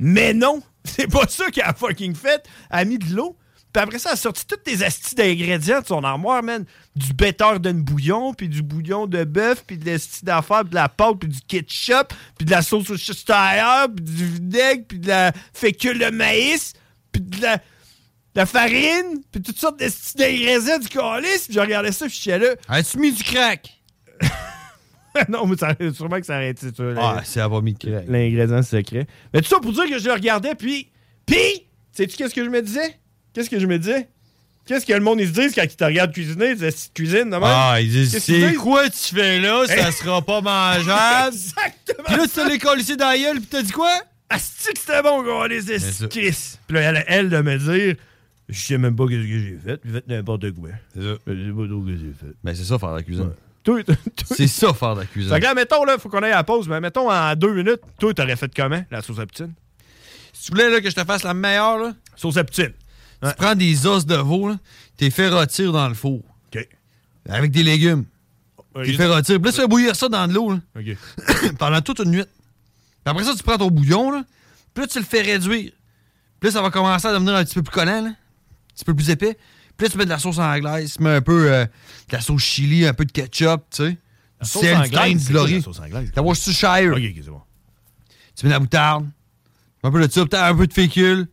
Speaker 5: Mais non, c'est pas ça qu'elle a fucking fait. Elle a mis de l'eau. Puis après ça, elle a sorti toutes les astis d'ingrédients de son armoire, man. Du bêteur d'un bouillon, puis du bouillon de bœuf, puis de l'asti d'affaires, puis de la pâte, puis du ketchup, puis de la sauce Worcestershire, puis du vinaigre, puis de la fécule de maïs, puis de la, de la farine, puis toutes sortes d'astis d'ingrédients du calice. Puis je regardais ça, puis j'étais là.
Speaker 8: As-tu mis du crack?
Speaker 5: non, mais ça, sûrement que ça aurait été ça. là.
Speaker 8: Ah, c'est avoir mis de crack.
Speaker 5: L'ingrédient secret. Mais tout ça pour dire que je le regardais, puis. Puis! Sais-tu qu'est-ce que je me disais? Qu'est-ce que je me disais? Qu'est-ce que le monde, ils se disent quand ils te regardent cuisiner? Ils disent, cuisine, non?
Speaker 8: Ah, ils disent, c'est quoi
Speaker 5: tu fais là?
Speaker 8: Ça sera pas mangeable.
Speaker 5: Exactement!
Speaker 8: Puis là, tu te l'es collé dans la gueule, puis t'as dit quoi?
Speaker 5: Asti que c'était bon, gars, les esquisses! Puis là, elle, elle, de me dire, je sais même pas qu'est-ce que j'ai fait, puis faites n'importe quoi.
Speaker 8: C'est ça. Ben,
Speaker 5: Mais
Speaker 8: c'est ça, faire de la cuisine.
Speaker 5: Toi,
Speaker 8: C'est ça, faire de la cuisine.
Speaker 5: Fait que là, mettons, là, faut qu'on aille à la pause, mais mettons, en deux minutes, toi, t'aurais fait comment, la sauce à poutine?
Speaker 8: Si tu voulais là, que je te fasse la meilleure, là,
Speaker 5: sauce à poutine.
Speaker 8: Tu prends des os de veau, là, t'es fait rôtir dans le four.
Speaker 5: OK.
Speaker 8: Avec des légumes.
Speaker 5: Ouais,
Speaker 8: t'es
Speaker 5: j'ai-
Speaker 8: fait rôtir. Puis là, tu fais bouillir ça dans de l'eau, là,
Speaker 5: OK.
Speaker 8: pendant toute une nuit. Puis après ça, tu prends ton bouillon, là, puis là, tu le fais réduire. Puis là, ça va commencer à devenir un petit peu plus collant, là, un petit peu plus épais. Puis là, tu mets de la sauce anglaise, tu mets un peu euh, de la sauce chili, un peu de ketchup, tu sais.
Speaker 5: La
Speaker 8: Du
Speaker 5: sauce
Speaker 8: sel, du
Speaker 5: anglaise,
Speaker 8: grain de
Speaker 5: c'est quoi,
Speaker 8: glory.
Speaker 5: la sauce anglaise?
Speaker 8: La Worcestershire.
Speaker 5: Ok, ok, c'est bon.
Speaker 8: Tu mets de la moutarde, un peu de ça, peut-être un peu de fécule,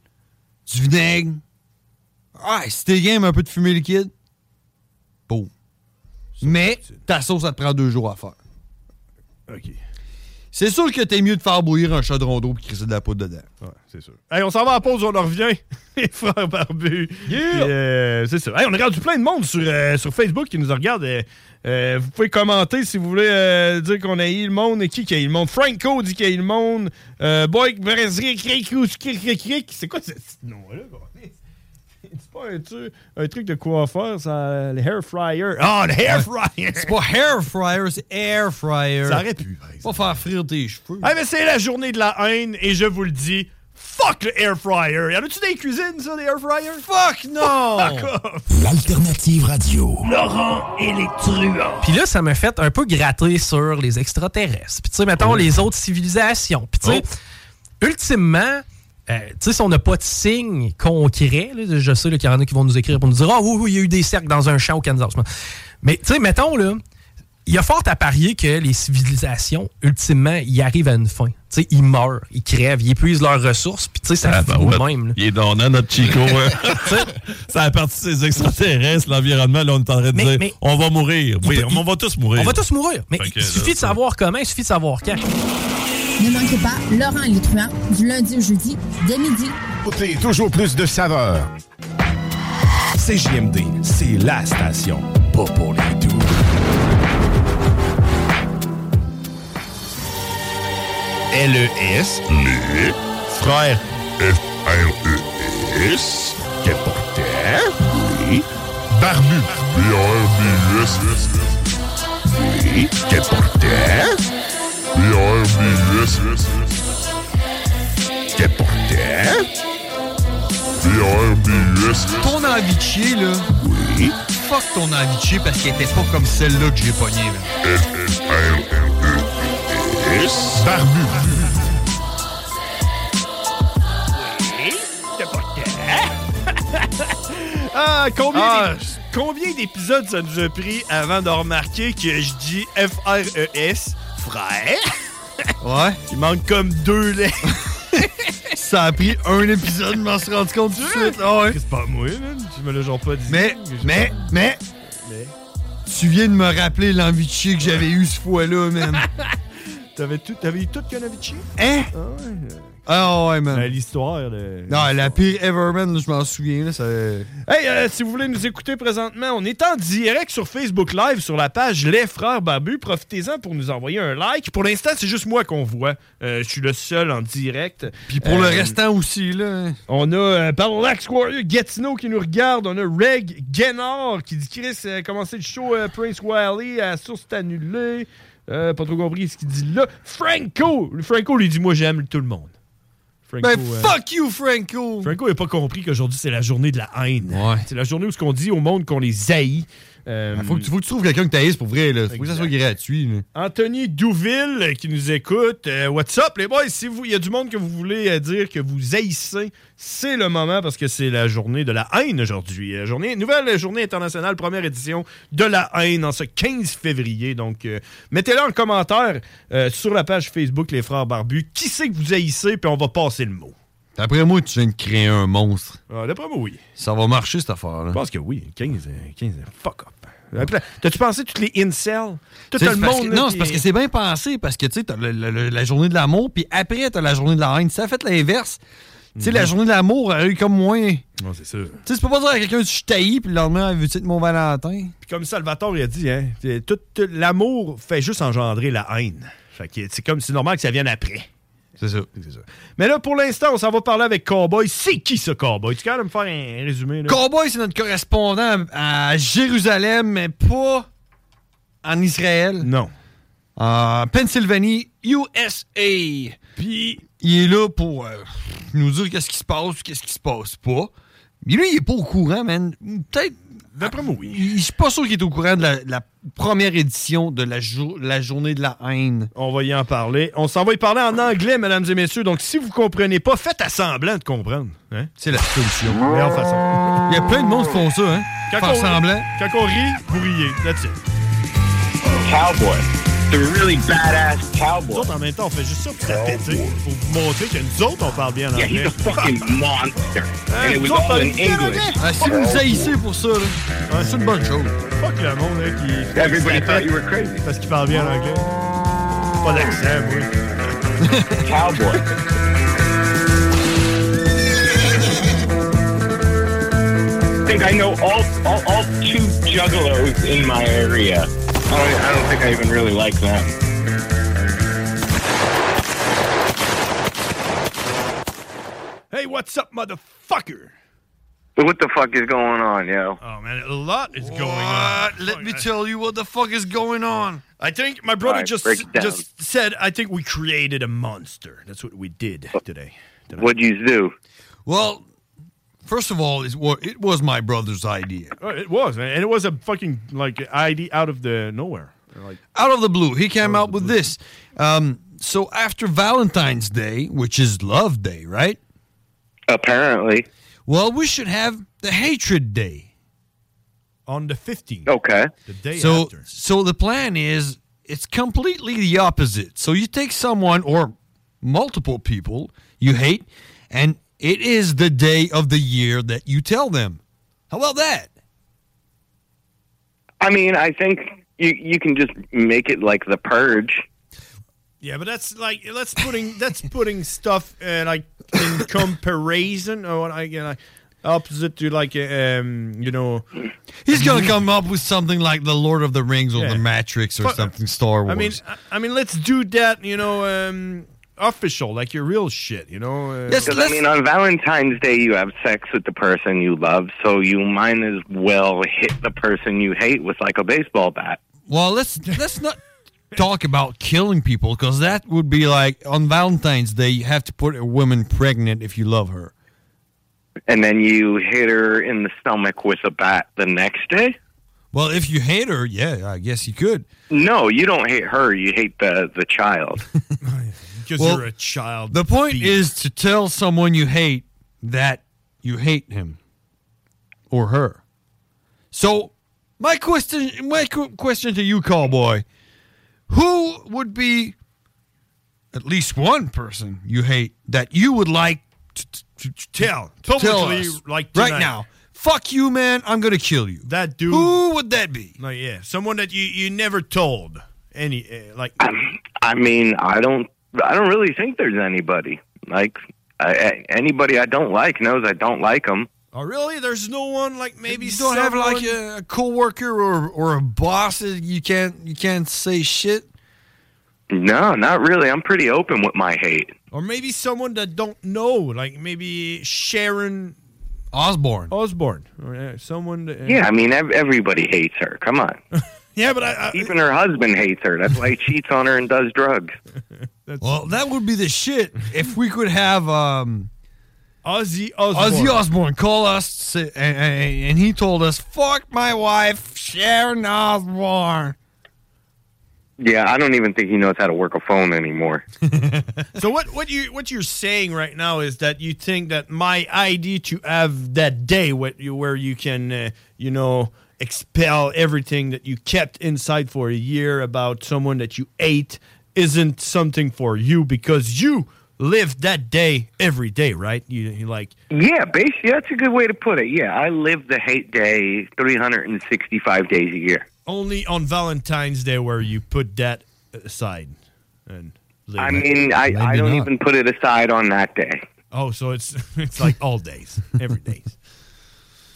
Speaker 8: du vinaigre. Ah, si t'es game, un peu de fumée liquide. Beau. Mais ta sauce, ça te prend deux jours à faire.
Speaker 5: OK.
Speaker 8: C'est sûr que t'es mieux de faire bouillir un chaudron d'eau et crisser de la poudre dedans.
Speaker 5: Ouais, c'est sûr. Hey, on s'en va en pause, on en revient. Les frères barbus. Puis, euh, c'est ça. Hey, on a rendu plein de monde sur, euh, sur Facebook qui nous regarde. euh, euh, vous pouvez commenter si vous voulez euh, dire qu'on a eu le monde. Qui qui a eu le monde? Franco dit qu'il a eu le monde. Euh, Boy, Brasserie, cric, cric, cric, cric, cric. C'est quoi ce petit nom-là? gros? C'est pas un, tu- un truc de coiffeur, ça, le hair fryer. Ah, le hair
Speaker 8: Ouais.
Speaker 5: fryer!
Speaker 8: C'est pas hair fryer, c'est air fryer.
Speaker 5: Ça aurait pu,
Speaker 8: Pas faire frire tes cheveux.
Speaker 5: Ah, mais c'est la journée de la haine et je vous le dis, Fuck le air fryer. Y en a-tu des cuisines, ça, des air fryers?
Speaker 6: Fuck non!
Speaker 5: Fuck off.
Speaker 16: L'alternative radio.
Speaker 5: Laurent
Speaker 16: et les truands.
Speaker 17: Puis là, ça m'a fait un peu gratter sur les extraterrestres. Puis tu sais, mettons, les autres civilisations. Puis tu sais,
Speaker 9: Oh.
Speaker 17: ultimement, euh, tu sais, si on n'a pas de signe concret, là, je sais là, qu'il y en a qui vont nous écrire pour nous dire « Ah oui, oui, il y a eu des cercles dans un champ au Kansas. » Mais tu sais, mettons, là, il y a fort à parier que les civilisations, ultimement, ils arrivent à une fin. Tu sais, ils meurent, ils crèvent, ils épuisent leurs ressources, puis tu sais, ça finit de même. là.
Speaker 18: Ah, ben Il est donnant, notre Chico. hein. ça a parti de ses extraterrestres, hein, l'environnement. Là, on est en train de
Speaker 17: Mais-
Speaker 18: dire
Speaker 17: mais-
Speaker 18: on va mourir. Oui,
Speaker 17: peut-
Speaker 18: on va tous mourir.
Speaker 17: On va tous mourir. Mais
Speaker 18: Fait que
Speaker 17: il suffit
Speaker 18: là,
Speaker 17: de savoir comment, il suffit de savoir quand.
Speaker 19: Ne manquez pas Laurent et les truands du lundi au jeudi dès midi.
Speaker 20: Écoutez, toujours plus de saveur.
Speaker 21: CJMD, c'est la station. Pas pour les doux.
Speaker 3: L-E-S. Les. E Frère. F-R-E-S. Qu'importe. Oui. Barbu. B-R-B-U-S. Oui. Qu'importe. B-R-B-U-S. Qu'importe. B-R-B-U-S.
Speaker 8: Ton envie de chier, là.
Speaker 3: Oui.
Speaker 8: Fuck ton envie de chier parce qu'elle était pas comme celle-là que j'ai pognée, là.
Speaker 3: F-R-E-S. Barbu.
Speaker 5: Ah, combien, d'ép- combien d'épisodes ça nous a pris avant de remarquer que je dis F-R-E-S, frère?
Speaker 8: Ouais.
Speaker 5: Il manque comme deux lettres.
Speaker 8: Ça a pris un épisode, je m'en suis rendu compte tout de suite. Ah ouais.
Speaker 5: C'est pas moi, man. Tu me l'as genre pas dit.
Speaker 8: Mais, mais, mais,
Speaker 5: Mais.
Speaker 8: tu viens de me rappeler l'envie de chier que j'avais eu ce fois-là, man.
Speaker 5: T'avais tout, t'avais eu tout qu'un Avicii?
Speaker 8: Hein?
Speaker 5: Ah ouais.
Speaker 8: Ah ouais, man.
Speaker 5: L'histoire, de...
Speaker 8: Non, la pire ever, man, je m'en souviens, là, ça...
Speaker 5: Hey, euh, si vous voulez nous écouter présentement, on est en direct sur Facebook Live sur la page Les Frères Barbus. Profitez-en pour nous envoyer un like. Pour l'instant, c'est juste moi qu'on voit. Euh, je suis le seul en direct. Puis
Speaker 8: Pour le restant aussi, là.
Speaker 5: Euh, On a euh, Parallax Warrior Gatineau qui nous regarde. On a Reg Guénard qui dit Chris, euh, comment c'est le show euh, Prince Wiley à source annulée. Euh, pas trop compris ce qu'il dit là. Franco Le Franco lui dit Moi, j'aime tout le monde. Franco,
Speaker 8: Ben,
Speaker 5: euh,
Speaker 8: fuck you, Franco!
Speaker 5: Franco n'a pas compris qu'aujourd'hui, c'est la journée de la haine. C'est la journée où ce qu'on dit au monde qu'on les haït. Euh,
Speaker 8: Faut que, tu- faut que tu trouves quelqu'un que t'haïsses pour vrai, là. Faut que ça soit gratuit, là.
Speaker 5: Anthony Douville euh, qui nous écoute. Euh, what's up, les boys? Si vous, il y a du monde que vous voulez euh, dire que vous haïssez, c'est le moment parce que c'est la journée de la haine aujourd'hui. Euh, journée, nouvelle journée internationale, première édition de la haine en ce 15 février. Donc, euh, mettez-le en commentaire euh, sur la page Facebook Les Frères Barbus. Qui c'est que vous haïssez? Puis on va passer le mot.
Speaker 8: D'après moi, tu viens de créer un monstre.
Speaker 5: Ah, D'après moi, oui.
Speaker 8: Ça va marcher, cette affaire-là.
Speaker 5: Je pense que oui. 15, euh, 15 euh, fuck up. Après, T'as-tu pensé toutes les incels? Tout
Speaker 8: Tu sais,
Speaker 5: le
Speaker 8: c'est parce
Speaker 5: monde.
Speaker 8: que-
Speaker 5: là,
Speaker 8: non,
Speaker 5: qui-
Speaker 8: c'est parce que c'est bien pensé, parce que tu sais, t'as le- le- le- la journée de l'amour, puis après, t'as la journée de la haine. Si ça a fait l'inverse, tu
Speaker 5: Mhm.
Speaker 8: sais, la journée de l'amour a eu comme moins. Tu
Speaker 5: Non, c'est sûr.
Speaker 8: sais, tu peux pas dire à quelqu'un, je t'haïs, puis le lendemain, vu tu de mon Valentin.
Speaker 5: Puis comme Salvatore il a dit, hein, c'est tout, tout- l'amour fait juste engendrer la haine. Fait que c'est comme c'est normal que ça vienne après.
Speaker 8: C'est ça.
Speaker 5: Mais là, pour l'instant, on s'en va parler avec Cowboy. C'est qui ce Cowboy? Tu peux quand même me faire un résumé? Là?
Speaker 8: Cowboy, c'est notre correspondant à à Jérusalem, mais pas en Israël.
Speaker 5: Non.
Speaker 8: En Pennsylvanie, USA. Puis, il est là pour euh, nous dire qu'est-ce qui se passe, qu'est-ce qui se passe pas. Mais lui, il est pas au courant, man. Peut-être.
Speaker 5: D'après moi, oui.
Speaker 8: Je suis pas sûr qu'il est au courant de la, la première édition de la, jour- la journée de la haine.
Speaker 5: On va y en parler. On s'en va y parler en anglais, mesdames et messieurs. Donc, si vous comprenez pas, faites à semblant de comprendre. Hein?
Speaker 8: C'est la solution.
Speaker 5: Meilleure façon.
Speaker 8: Il y a plein de monde qui font ça, hein? Faire
Speaker 5: on,
Speaker 8: semblant.
Speaker 5: Quand on rit, vous riez. That's it.
Speaker 4: Cowboy. The really badass cowboy.
Speaker 5: Nous autres, en même temps, on fait juste ça pour la péter. Pour vous montrer que nous autres, on parle bien en
Speaker 4: Yeah,
Speaker 5: anglais. Hein,
Speaker 4: he's a fucking monster. And it was
Speaker 5: nous autres,
Speaker 4: all
Speaker 5: on
Speaker 4: in
Speaker 5: est bien
Speaker 4: English.
Speaker 5: anglais.
Speaker 8: Ah, si vous nous haïssez pour ça, là, c'est une bonne chose.
Speaker 5: Fuck le monde là, qui.
Speaker 4: Everybody thought you were
Speaker 5: crazy. Parce qu'il parle bien en anglais. Pas d'accent, moi.
Speaker 4: Cowboy. I think I know all, all, all two juggalos in my area. I don't, I don't think I even really like them.
Speaker 5: Hey, what's up, motherfucker?
Speaker 22: What the fuck is going on, yo?
Speaker 5: Oh man, a lot is going on.
Speaker 8: Let me tell you what the fuck is going on.
Speaker 5: I think my brother
Speaker 22: All right,
Speaker 5: just
Speaker 22: break it down.
Speaker 5: just said I think we created a monster. That's what we did today.
Speaker 22: What'd you do?
Speaker 8: Well, first of all, it wa- it was my brother's idea.
Speaker 5: Uh, It was, and it was a fucking like ID out of the nowhere. Like Oh.
Speaker 8: out of the blue. He came out with this. Um, so after Valentine's Day, which is Love Day, right?
Speaker 22: Apparently.
Speaker 8: Well, we should have the Hatred Day
Speaker 5: on the fifteenth.
Speaker 22: Okay.
Speaker 5: The day
Speaker 8: so,
Speaker 5: after.
Speaker 8: So the plan is it's completely the opposite. So you take someone or multiple people you hate, and it is the day of the year that you tell them. How about that?
Speaker 22: I mean, I think you you can just make it like the purge.
Speaker 5: Yeah, but that's like that's putting that's putting stuff uh, like in comparison or what I you know, opposite to like uh, um you know.
Speaker 8: He's gonna come up with something like the Lord of the Rings or
Speaker 5: Yeah.
Speaker 8: the Matrix or
Speaker 5: Fuck.
Speaker 8: something Star Wars.
Speaker 5: I mean, I, I mean, let's do that. You know, um official like your real shit. You know. Uh,
Speaker 22: Because I mean, on Valentine's Day, you have sex with the person you love, so you might as well hit the person you hate with like a baseball bat.
Speaker 8: Well, let's let's not talk about killing people because that would be like on Valentine's Day you have to put a woman pregnant if you love her.
Speaker 22: And then you hit her in the stomach with a bat the next day.
Speaker 8: Well, if you hate her, yeah, I guess you could.
Speaker 22: No, you don't hate her. You hate the the child.
Speaker 5: Because
Speaker 8: Well,
Speaker 5: you're a child.
Speaker 8: The point is to tell someone you hate that you hate him or her. So, my question, my qu- question to you, cowboy, who would be at least one person you hate that you would like to, to, to tell to tell
Speaker 5: Publicly,
Speaker 8: us
Speaker 5: like,
Speaker 8: right
Speaker 5: tonight.
Speaker 8: now? Fuck you, man! I'm gonna kill you.
Speaker 5: That dude.
Speaker 8: Who would that be?
Speaker 5: No, yeah, someone that you you never told any uh, like.
Speaker 22: I mean, I don't, I don't really think there's anybody like I, I- anybody I don't like knows I don't like them.
Speaker 5: Oh, really? There's no one like maybe
Speaker 8: You don't have like
Speaker 5: someone-
Speaker 8: a, a coworker or or a boss that you can't you can't say shit.
Speaker 22: No, not really. I'm pretty open with my hate.
Speaker 5: or maybe someone that don't know, like maybe Sharon
Speaker 8: Osborne.
Speaker 5: Osborne, or, uh, someone. That, uh,
Speaker 22: Yeah, I mean, ev- everybody hates her. Come on,
Speaker 5: yeah, but I, I,
Speaker 22: even her husband hates her. That's why he cheats on her and does drugs.
Speaker 8: well, that would be the shit if we could have um,
Speaker 5: Ozzy
Speaker 8: Ozzy Osbourne call us say, and, and, and he told us, "Fuck my wife, Sharon Osbourne."
Speaker 22: Yeah, I don't even think he knows how to work a phone anymore.
Speaker 5: so what what you what you're saying right now is that you think that my idea to have that day what you, where you can uh, you know expel everything that you kept inside for a year about someone that you ate isn't something for you because you live that day every day, right? You, you like
Speaker 22: Yeah, basically, that's a good way to put it. Yeah, I live the hate day 365 days a year.
Speaker 5: only on Valentine's Day where you put that aside and live
Speaker 22: I
Speaker 5: that.
Speaker 22: mean, I, I don't even put it aside on that day.
Speaker 5: Oh, so it's it's like all days, every day.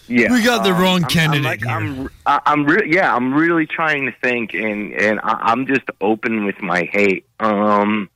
Speaker 22: Yeah, um,
Speaker 5: We got the wrong
Speaker 22: I'm-
Speaker 5: candidate
Speaker 22: I'm, like, I'm, I- I'm re- yeah, I'm really trying to think, and and I, I'm just open with my hate. Um,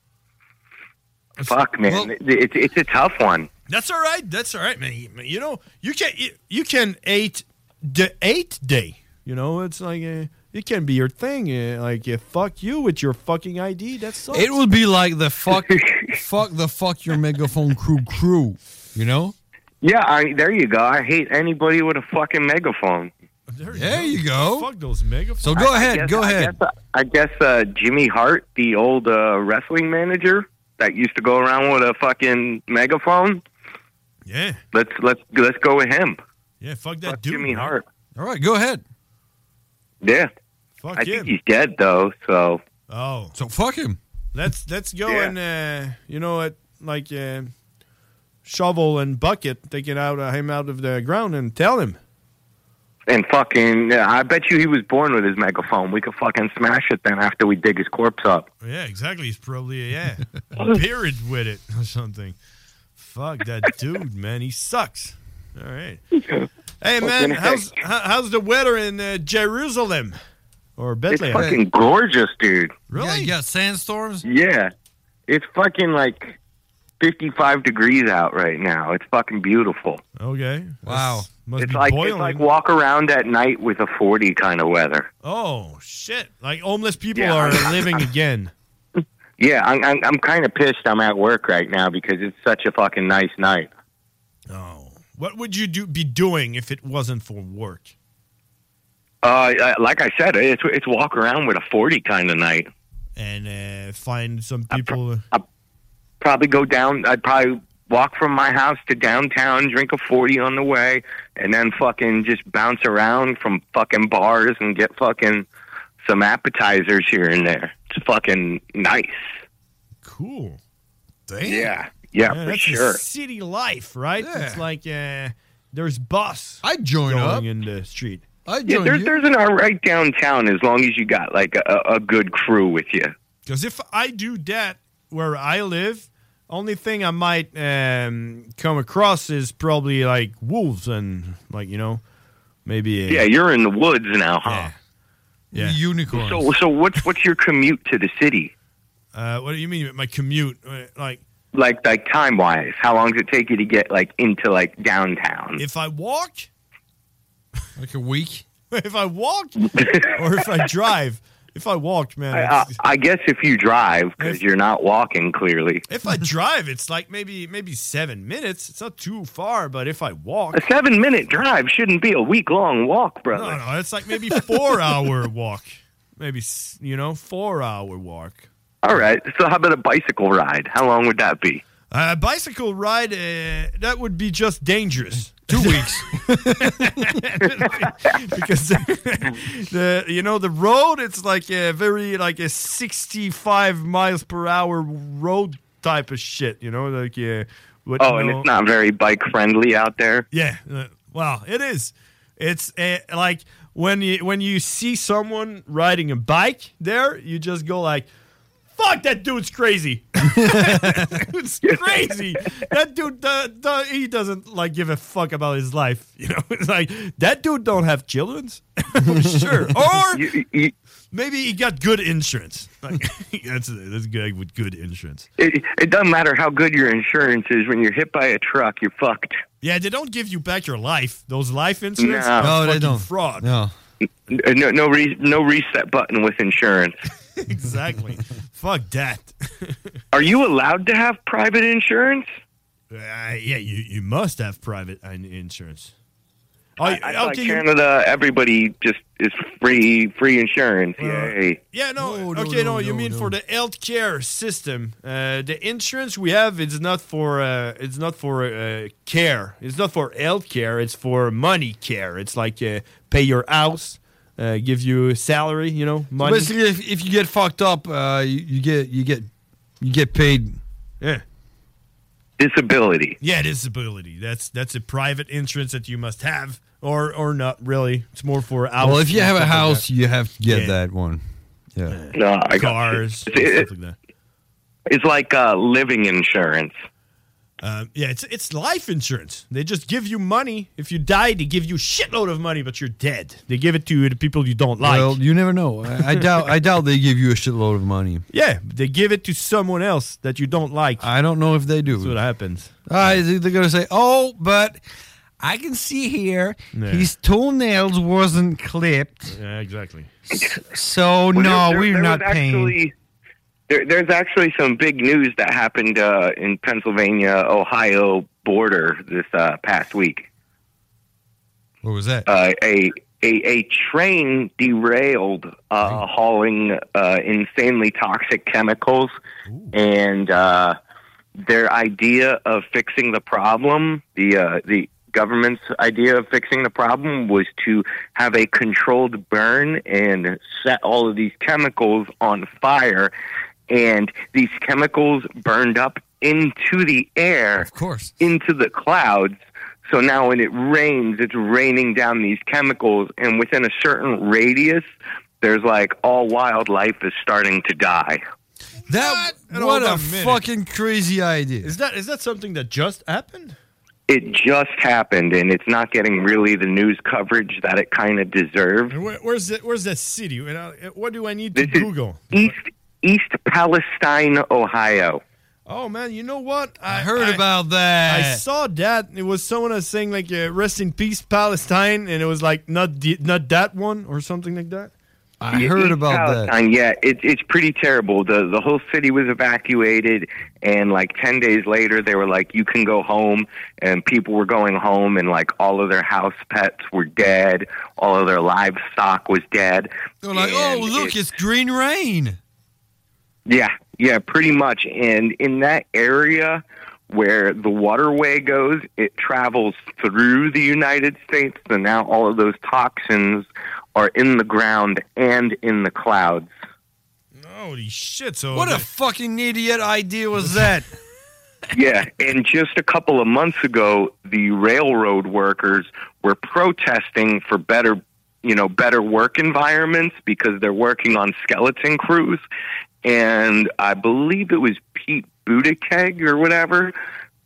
Speaker 22: fuck, man,
Speaker 5: well-
Speaker 22: It- it's it's a tough one.
Speaker 5: That's all right. That's all right, man. You- man, You know, you can you, you can eight the eight day. You know, it's like uh, it can be your thing. Uh, like uh, fuck you with your fucking ID. That's sucks.
Speaker 8: It would be like the fuck, fuck the fuck your megaphone crew crew. You know?
Speaker 22: Yeah, I, there you go. I hate anybody with a fucking megaphone.
Speaker 8: There you go.
Speaker 5: Fuck those megaphones.
Speaker 8: So go
Speaker 22: I- I
Speaker 8: ahead,
Speaker 22: guess-
Speaker 8: go
Speaker 22: I
Speaker 8: ahead.
Speaker 22: guess, I guess uh, Jimmy Hart, the old uh, wrestling manager that used to go around with a fucking megaphone.
Speaker 5: Yeah.
Speaker 22: Let's let's let's go with him.
Speaker 5: Yeah, fuck that
Speaker 22: dude. Jimmy Hart.
Speaker 8: All right, go ahead.
Speaker 22: Yeah.
Speaker 5: Fuck
Speaker 22: I
Speaker 5: him.
Speaker 22: think he's dead though, so
Speaker 5: Oh,
Speaker 8: so fuck him.
Speaker 5: Let's let's go
Speaker 22: Yeah.
Speaker 5: and uh, you know what, like uh, shovel and bucket, take it out uh, him out of the ground and tell him.
Speaker 22: and fucking I bet you he was born with his megaphone. We could fucking smash it then after we dig his corpse up.
Speaker 5: Yeah, exactly. He's probably yeah buried with it or something. Fuck that dude, man. He sucks. All right. Hey man, how's how- how's the weather in uh, Jerusalem or
Speaker 22: It's
Speaker 5: Bethlehem?
Speaker 22: fucking gorgeous, dude.
Speaker 5: Really?
Speaker 8: Yeah, you got sandstorms.
Speaker 22: Yeah. It's fucking like 55 degrees out right now. It's fucking beautiful.
Speaker 5: Okay. Wow. Must
Speaker 22: it's
Speaker 5: be
Speaker 22: like
Speaker 5: boiling.
Speaker 22: it's like walk around at night with a 40 kind of weather.
Speaker 5: oh shit! Like homeless people
Speaker 22: Yeah.
Speaker 5: are living again.
Speaker 22: Yeah, I'm I'm, I'm kind of pissed. I'm at work right now because it's such a fucking nice night.
Speaker 5: What would you do be doing if it wasn't for work?
Speaker 22: Uh, uh, like I said, it's it's walk around with a forty kind of night.
Speaker 5: And uh, find some people.
Speaker 22: Probably go down. I'd probably walk from my house to downtown, drink a forty on the way, and then fucking just bounce around from fucking bars and get fucking some appetizers here and there. It's fucking nice.
Speaker 5: Cool.
Speaker 22: Yeah, yeah, for
Speaker 5: that's
Speaker 22: sure.
Speaker 5: the city life, right? It's like uh, there's bus.
Speaker 22: I'd join
Speaker 5: going
Speaker 22: up.
Speaker 5: in the street.
Speaker 22: yeah, there's there's an all right downtown as long as you got like a, a good crew with you.
Speaker 5: Because if I do that where I live, only thing I might um, come across is probably like wolves and like you know maybe a,
Speaker 22: Yeah, you're in the woods now, huh?
Speaker 5: Yeah. Unicorns.
Speaker 22: So so what's what's your commute to the city?
Speaker 5: Uh, what do you mean? My commute, Uh, like
Speaker 22: Like like time wise, how long does it take you to get like into like downtown?
Speaker 5: if I walk,
Speaker 22: Like a week.
Speaker 5: if I walk, or if I drive. If I walk, man,
Speaker 22: I, I,
Speaker 5: it's-
Speaker 22: I guess if you drive because you're not walking clearly.
Speaker 5: if I drive, it's like maybe maybe seven minutes. It's not too far, but if I walk,
Speaker 22: A seven minute drive shouldn't be a week long walk, brother.
Speaker 5: No, no, it's like maybe four hour walk. Maybe s- you know four hour walk.
Speaker 22: All right. So how about a bicycle ride? How long would that be?
Speaker 5: A bicycle ride uh, that would be just dangerous. Two weeks, because the, you know the road it's like a very like a sixty five miles per hour road type of shit. You know, like yeah. what,
Speaker 22: oh,
Speaker 5: you
Speaker 22: and
Speaker 5: know-
Speaker 22: it's not very bike friendly out there.
Speaker 5: Yeah. uh, Well, it is. It's uh, like when you when you see someone riding a bike there, you just go like, "Fuck that dude's crazy." it's crazy. That dude, uh, do- he doesn't like give a fuck about his life. You know, it's like that dude don't have children. sure, or maybe he got good insurance. Like, that's that's guy with good insurance.
Speaker 22: It, it doesn't matter how good your insurance is. When you're hit by a truck, you're fucked.
Speaker 5: Yeah, they don't give you back your life. Those life insurance,
Speaker 22: No.
Speaker 5: are
Speaker 22: No, they
Speaker 5: fucking
Speaker 22: don't.
Speaker 5: Fraud.
Speaker 22: No. No, no, re- no reset button with insurance.
Speaker 5: exactly. Fuck that.
Speaker 22: Are you allowed to have private insurance?
Speaker 5: Uh, yeah, you, you must have private in- insurance. Oh,
Speaker 22: I,
Speaker 5: you-
Speaker 22: I thought
Speaker 5: okay, you-
Speaker 22: Canada, everybody just is free, free insurance. Yay!
Speaker 5: yeah, no, okay, no, you mean for the healthcare system? Uh, the insurance we have it's not for uh, it's not for uh, care. It's not for healthcare. It's for money care. It's like uh, pay your house, uh, give you a salary. You know,
Speaker 8: So
Speaker 5: money.
Speaker 8: basically, if, if you get fucked up, uh, you, you get you get you get paid.
Speaker 5: Yeah.
Speaker 22: Disability.
Speaker 5: Yeah, disability. That's that's a private insurance that you must have, or or not really. It's more for hours.
Speaker 8: well, if you
Speaker 5: and
Speaker 8: have a
Speaker 5: stuff like
Speaker 8: house,
Speaker 5: that.
Speaker 8: you have to get
Speaker 5: Yeah.
Speaker 8: that one. Yeah.
Speaker 22: No, I got-
Speaker 5: cars,
Speaker 22: It- it-
Speaker 5: stuff like that.
Speaker 22: It's like uh, living insurance.
Speaker 5: Um, yeah, it's it's life insurance. They just give you money. If you die, they give you a shitload of money, but you're dead. They give it to the people you don't like.
Speaker 8: Well, you never know. I, I doubt. I doubt they give you a shitload of money.
Speaker 5: yeah, they give it to someone else that you don't like.
Speaker 8: I don't know if they do.
Speaker 5: That's what happens.
Speaker 8: Ah, they- they're gonna say, "Oh, but I can see here
Speaker 5: Yeah.
Speaker 8: his toenails wasn't clipped,
Speaker 5: Yeah, exactly.
Speaker 8: so
Speaker 22: Well,
Speaker 8: Oh, no,
Speaker 22: there- there-
Speaker 8: we're
Speaker 22: there
Speaker 8: not
Speaker 22: was
Speaker 8: paying."
Speaker 22: actually- there, there's actually some big news that happened uh, in Pennsylvania, Ohio border this uh, past week.
Speaker 8: What was that?
Speaker 22: Uh, a, a a train derailed, uh, hauling uh, insanely toxic chemicals, and uh, their idea of fixing the problem, the uh, the government's idea of fixing the problem was to have a controlled burn and set all of these chemicals on fire, and these chemicals burned up into the air, of
Speaker 8: course,
Speaker 22: into the clouds. So now when it rains, it's raining down these chemicals, and within a certain radius, there's like all wildlife is starting to die.
Speaker 8: That
Speaker 5: Hold
Speaker 8: what
Speaker 5: on
Speaker 8: a
Speaker 5: a minute.
Speaker 8: fucking crazy idea.
Speaker 5: Is that is that something that just happened?
Speaker 22: It just happened, and it's not getting really the news coverage that it kind of deserves.
Speaker 5: And where, where's that? Where's that city? And I, what do I need to Google?
Speaker 22: East East Palestine, Ohio.
Speaker 5: Oh man, you know what? I,
Speaker 8: heard about that.
Speaker 5: I saw that. It was someone was saying like uh, "Rest in peace, Palestine," and it was like not the, not that one or something like that.
Speaker 8: I heard
Speaker 22: East
Speaker 8: about that.
Speaker 22: Palestine, Yeah, it, it's pretty terrible. The the whole city was evacuated, and like ten days later, they were like, "You can go home." And people were going home, and like all of their house pets were dead, all of their livestock was dead.
Speaker 8: They're like, oh, look, it's green rain.
Speaker 22: Yeah, yeah, pretty much. And in that area where the waterway goes, it travels through the United States. So now all of those toxins are in the ground and in the clouds.
Speaker 5: Holy shit, so.
Speaker 8: What a fucking idiot idea was that?
Speaker 22: yeah, and just a couple of months ago, the railroad workers were protesting for better, you know, better work environments because they're working on skeleton crews. And I believe it was Pete Buttigieg or whatever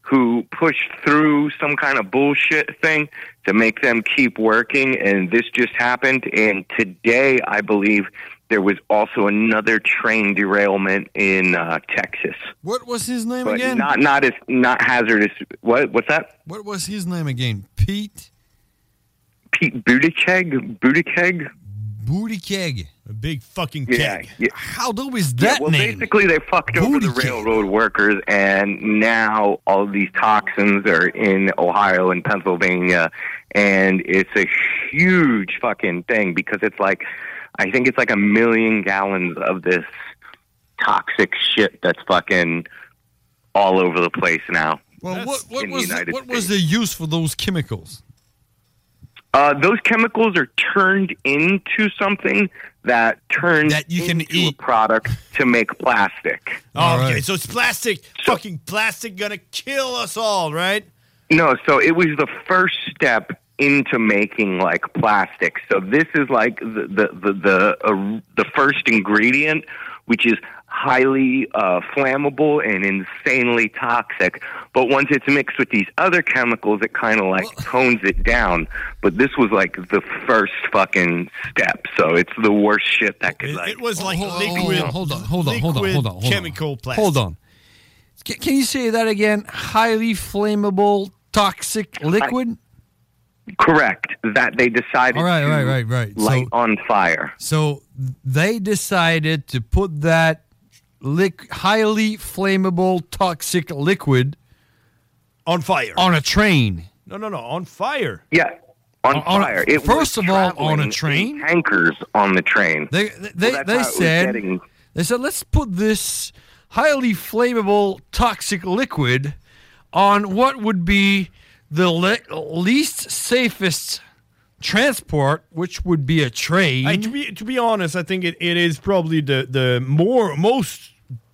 Speaker 22: who pushed through some kind of bullshit thing to make them keep working. And this just happened. And today, I believe there was also another train derailment in uh, Texas.
Speaker 8: What was his name
Speaker 22: But
Speaker 8: again?
Speaker 22: Not not as not hazardous. What what's that?
Speaker 8: What was his name again? Pete
Speaker 22: Pete Buttigieg. Buttigieg.
Speaker 8: Booty Keg.
Speaker 5: A big fucking
Speaker 22: Yeah, yeah.
Speaker 8: How old is that
Speaker 22: well,
Speaker 8: name?
Speaker 22: basically they fucked over the railroad workers, and now all these toxins are in Ohio and Pennsylvania, and it's a huge fucking thing because it's like, I think it's like a million gallons of this toxic shit that's fucking all over the place now.
Speaker 8: Well, what, what,
Speaker 22: in the
Speaker 8: was the,
Speaker 22: United
Speaker 8: what was the use for those chemicals?
Speaker 22: Uh, those chemicals are turned into something that turns that you can eat. a product to make plastic.
Speaker 5: Oh, okay, so it's plastic. fucking plastic gonna kill us all, right?
Speaker 22: No, so it was the first step into making like plastic. So this is like the the the the, uh, the first ingredient, which is highly uh, flammable and insanely toxic. But once it's mixed with these other chemicals, it kind of like tones it down. But this was like the first fucking step. So it's the worst shit that could like.
Speaker 5: It was like
Speaker 8: Oh, Hold
Speaker 5: liquid.
Speaker 8: on, hold on, hold on, hold on,
Speaker 5: liquid
Speaker 8: hold on, hold on.
Speaker 5: Chemical plastic.
Speaker 8: Hold on. C- can you say that again? Highly flammable, toxic liquid.
Speaker 22: Correct. That they decided.
Speaker 8: All right,
Speaker 22: to
Speaker 8: right, right, right. So-
Speaker 22: Light on fire.
Speaker 8: So they decided to put that lic- highly flammable, toxic liquid
Speaker 5: on fire
Speaker 8: on a train.
Speaker 5: No, no, no, on fire.
Speaker 22: Yeah, on, fire. It
Speaker 8: first
Speaker 22: was
Speaker 8: of all,
Speaker 22: traveling
Speaker 8: on a train?
Speaker 22: in Tankers on the train.
Speaker 8: They they,
Speaker 22: that's
Speaker 8: they
Speaker 22: how it was
Speaker 8: said
Speaker 22: getting-
Speaker 8: they said let's put this highly flammable toxic liquid on what would be the le- least safest transport, which would be a train.
Speaker 5: Hey, to be to be honest, I think it, it is probably the the more most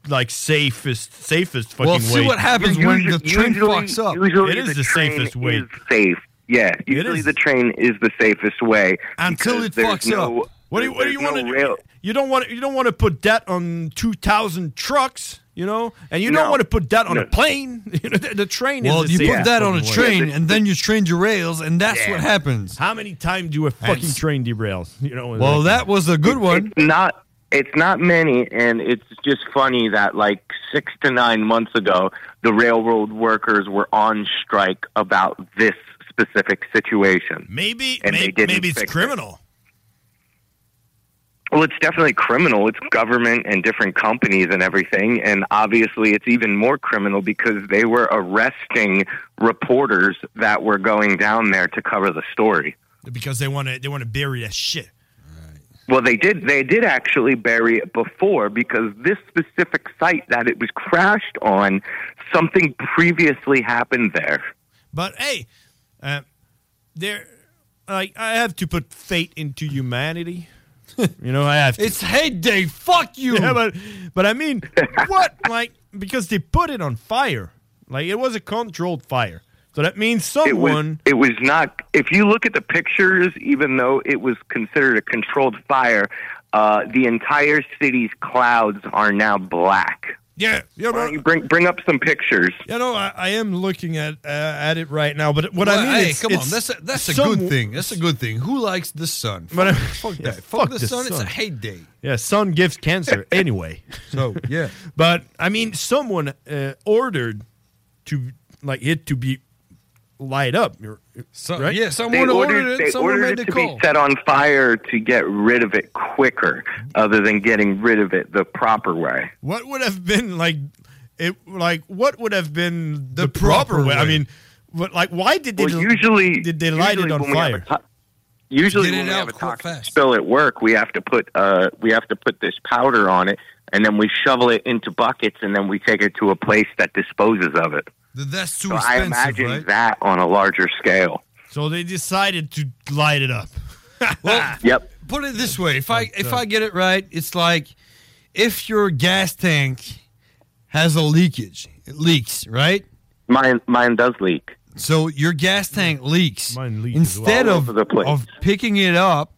Speaker 5: like safest safest fucking
Speaker 8: Well,
Speaker 5: way.
Speaker 8: see what happens
Speaker 22: Usu- usually- Usually
Speaker 5: It is the,
Speaker 22: train
Speaker 5: safest way.
Speaker 22: is safe. Yeah, usually the train is the safest way
Speaker 5: Until
Speaker 22: because
Speaker 5: it
Speaker 22: there's
Speaker 5: fucks
Speaker 22: no-
Speaker 5: up. What do you- what do
Speaker 22: there's
Speaker 5: you
Speaker 22: no
Speaker 5: wanna do?
Speaker 22: rail-
Speaker 5: You don't want you don't want to put that on two thousand trucks, you know, and you don't
Speaker 22: No.
Speaker 5: want to put that on
Speaker 22: No.
Speaker 5: a plane. You know, the, the train.
Speaker 8: Well,
Speaker 5: is the
Speaker 8: you put
Speaker 5: safest
Speaker 8: that on a
Speaker 5: fucking way.
Speaker 8: train, and then you train your rails, and that's
Speaker 5: Yeah.
Speaker 8: what happens.
Speaker 5: How many times do a fucking
Speaker 8: That's-
Speaker 5: train derails? You know.
Speaker 8: Well, that was a good one.
Speaker 22: It's not. It's not many, and it's just funny that like six to nine months ago, the railroad workers were on strike about this specific situation.
Speaker 5: Maybe
Speaker 22: and they
Speaker 5: maybe,
Speaker 22: didn't
Speaker 5: maybe it's
Speaker 22: fix it.
Speaker 5: criminal.
Speaker 22: Well, it's definitely criminal. It's government and different companies and everything. And obviously, it's even more criminal because they were arresting reporters that were going down there to cover the story.
Speaker 5: because they want to they want to bury that shit.
Speaker 22: Well, they did. They did actually bury it before because this specific site that it was crashed on, something previously happened there.
Speaker 5: But hey, uh, there, like I have to put fate into humanity. you know, I have. To.
Speaker 8: It's hate day. Fuck you.
Speaker 5: Yeah, but but I mean, what like because they put it on fire, like it was a controlled fire. So that means
Speaker 22: It was.
Speaker 5: someone.
Speaker 22: It was not. If you look at the pictures, even though it was considered a controlled fire, uh, the entire city's clouds are now black.
Speaker 5: Yeah, yeah,
Speaker 22: Why don't you bring bring up some pictures.
Speaker 5: You know, I, I am looking at uh, at it right now, but what I
Speaker 8: Well,
Speaker 5: mean,
Speaker 8: hey,
Speaker 5: it's-
Speaker 8: come on,
Speaker 5: it's
Speaker 8: that's a, that's a
Speaker 5: some-
Speaker 8: good thing. That's a good thing. Who likes the sun? Fuck,
Speaker 5: But I-
Speaker 8: fuck
Speaker 5: yeah,
Speaker 8: that. Fuck,
Speaker 5: fuck
Speaker 8: the,
Speaker 5: the
Speaker 8: sun. It's a
Speaker 5: sun.
Speaker 8: hate day.
Speaker 5: Yeah, sun gives cancer anyway.
Speaker 8: So yeah,
Speaker 5: but I mean, someone uh, ordered to like it to be light up. you're- right?
Speaker 6: yeah, someone ordered,
Speaker 22: they ordered,
Speaker 6: it.
Speaker 22: they
Speaker 6: Someone
Speaker 22: ordered
Speaker 6: made the
Speaker 22: it to
Speaker 6: call.
Speaker 22: be set on fire to get rid of it quicker, other than getting rid of it the proper way.
Speaker 5: What would have been like it like what would have been the, proper, way? I mean, what, like why did they
Speaker 22: Well, usually
Speaker 5: did they light it
Speaker 22: usually
Speaker 5: on
Speaker 22: when we have a
Speaker 5: fire?
Speaker 22: to- Usually, when we have a toxic spill at work, we have to put uh, we have to put this powder on it, and then we shovel it into buckets, and then we take it to a place that disposes of it.
Speaker 8: That's
Speaker 22: so I imagine that on a larger scale.
Speaker 5: So they decided to light it up.
Speaker 8: well,
Speaker 22: yep.
Speaker 8: Put it this way: if I if
Speaker 5: uh,
Speaker 8: I get it right, it's like if your gas tank has a leakage, it leaks, right?
Speaker 22: Mine mine does leak.
Speaker 8: So your gas tank leaks. Mine leaks
Speaker 22: as well.
Speaker 8: instead
Speaker 22: All
Speaker 8: of
Speaker 22: over the place.
Speaker 8: of picking it up.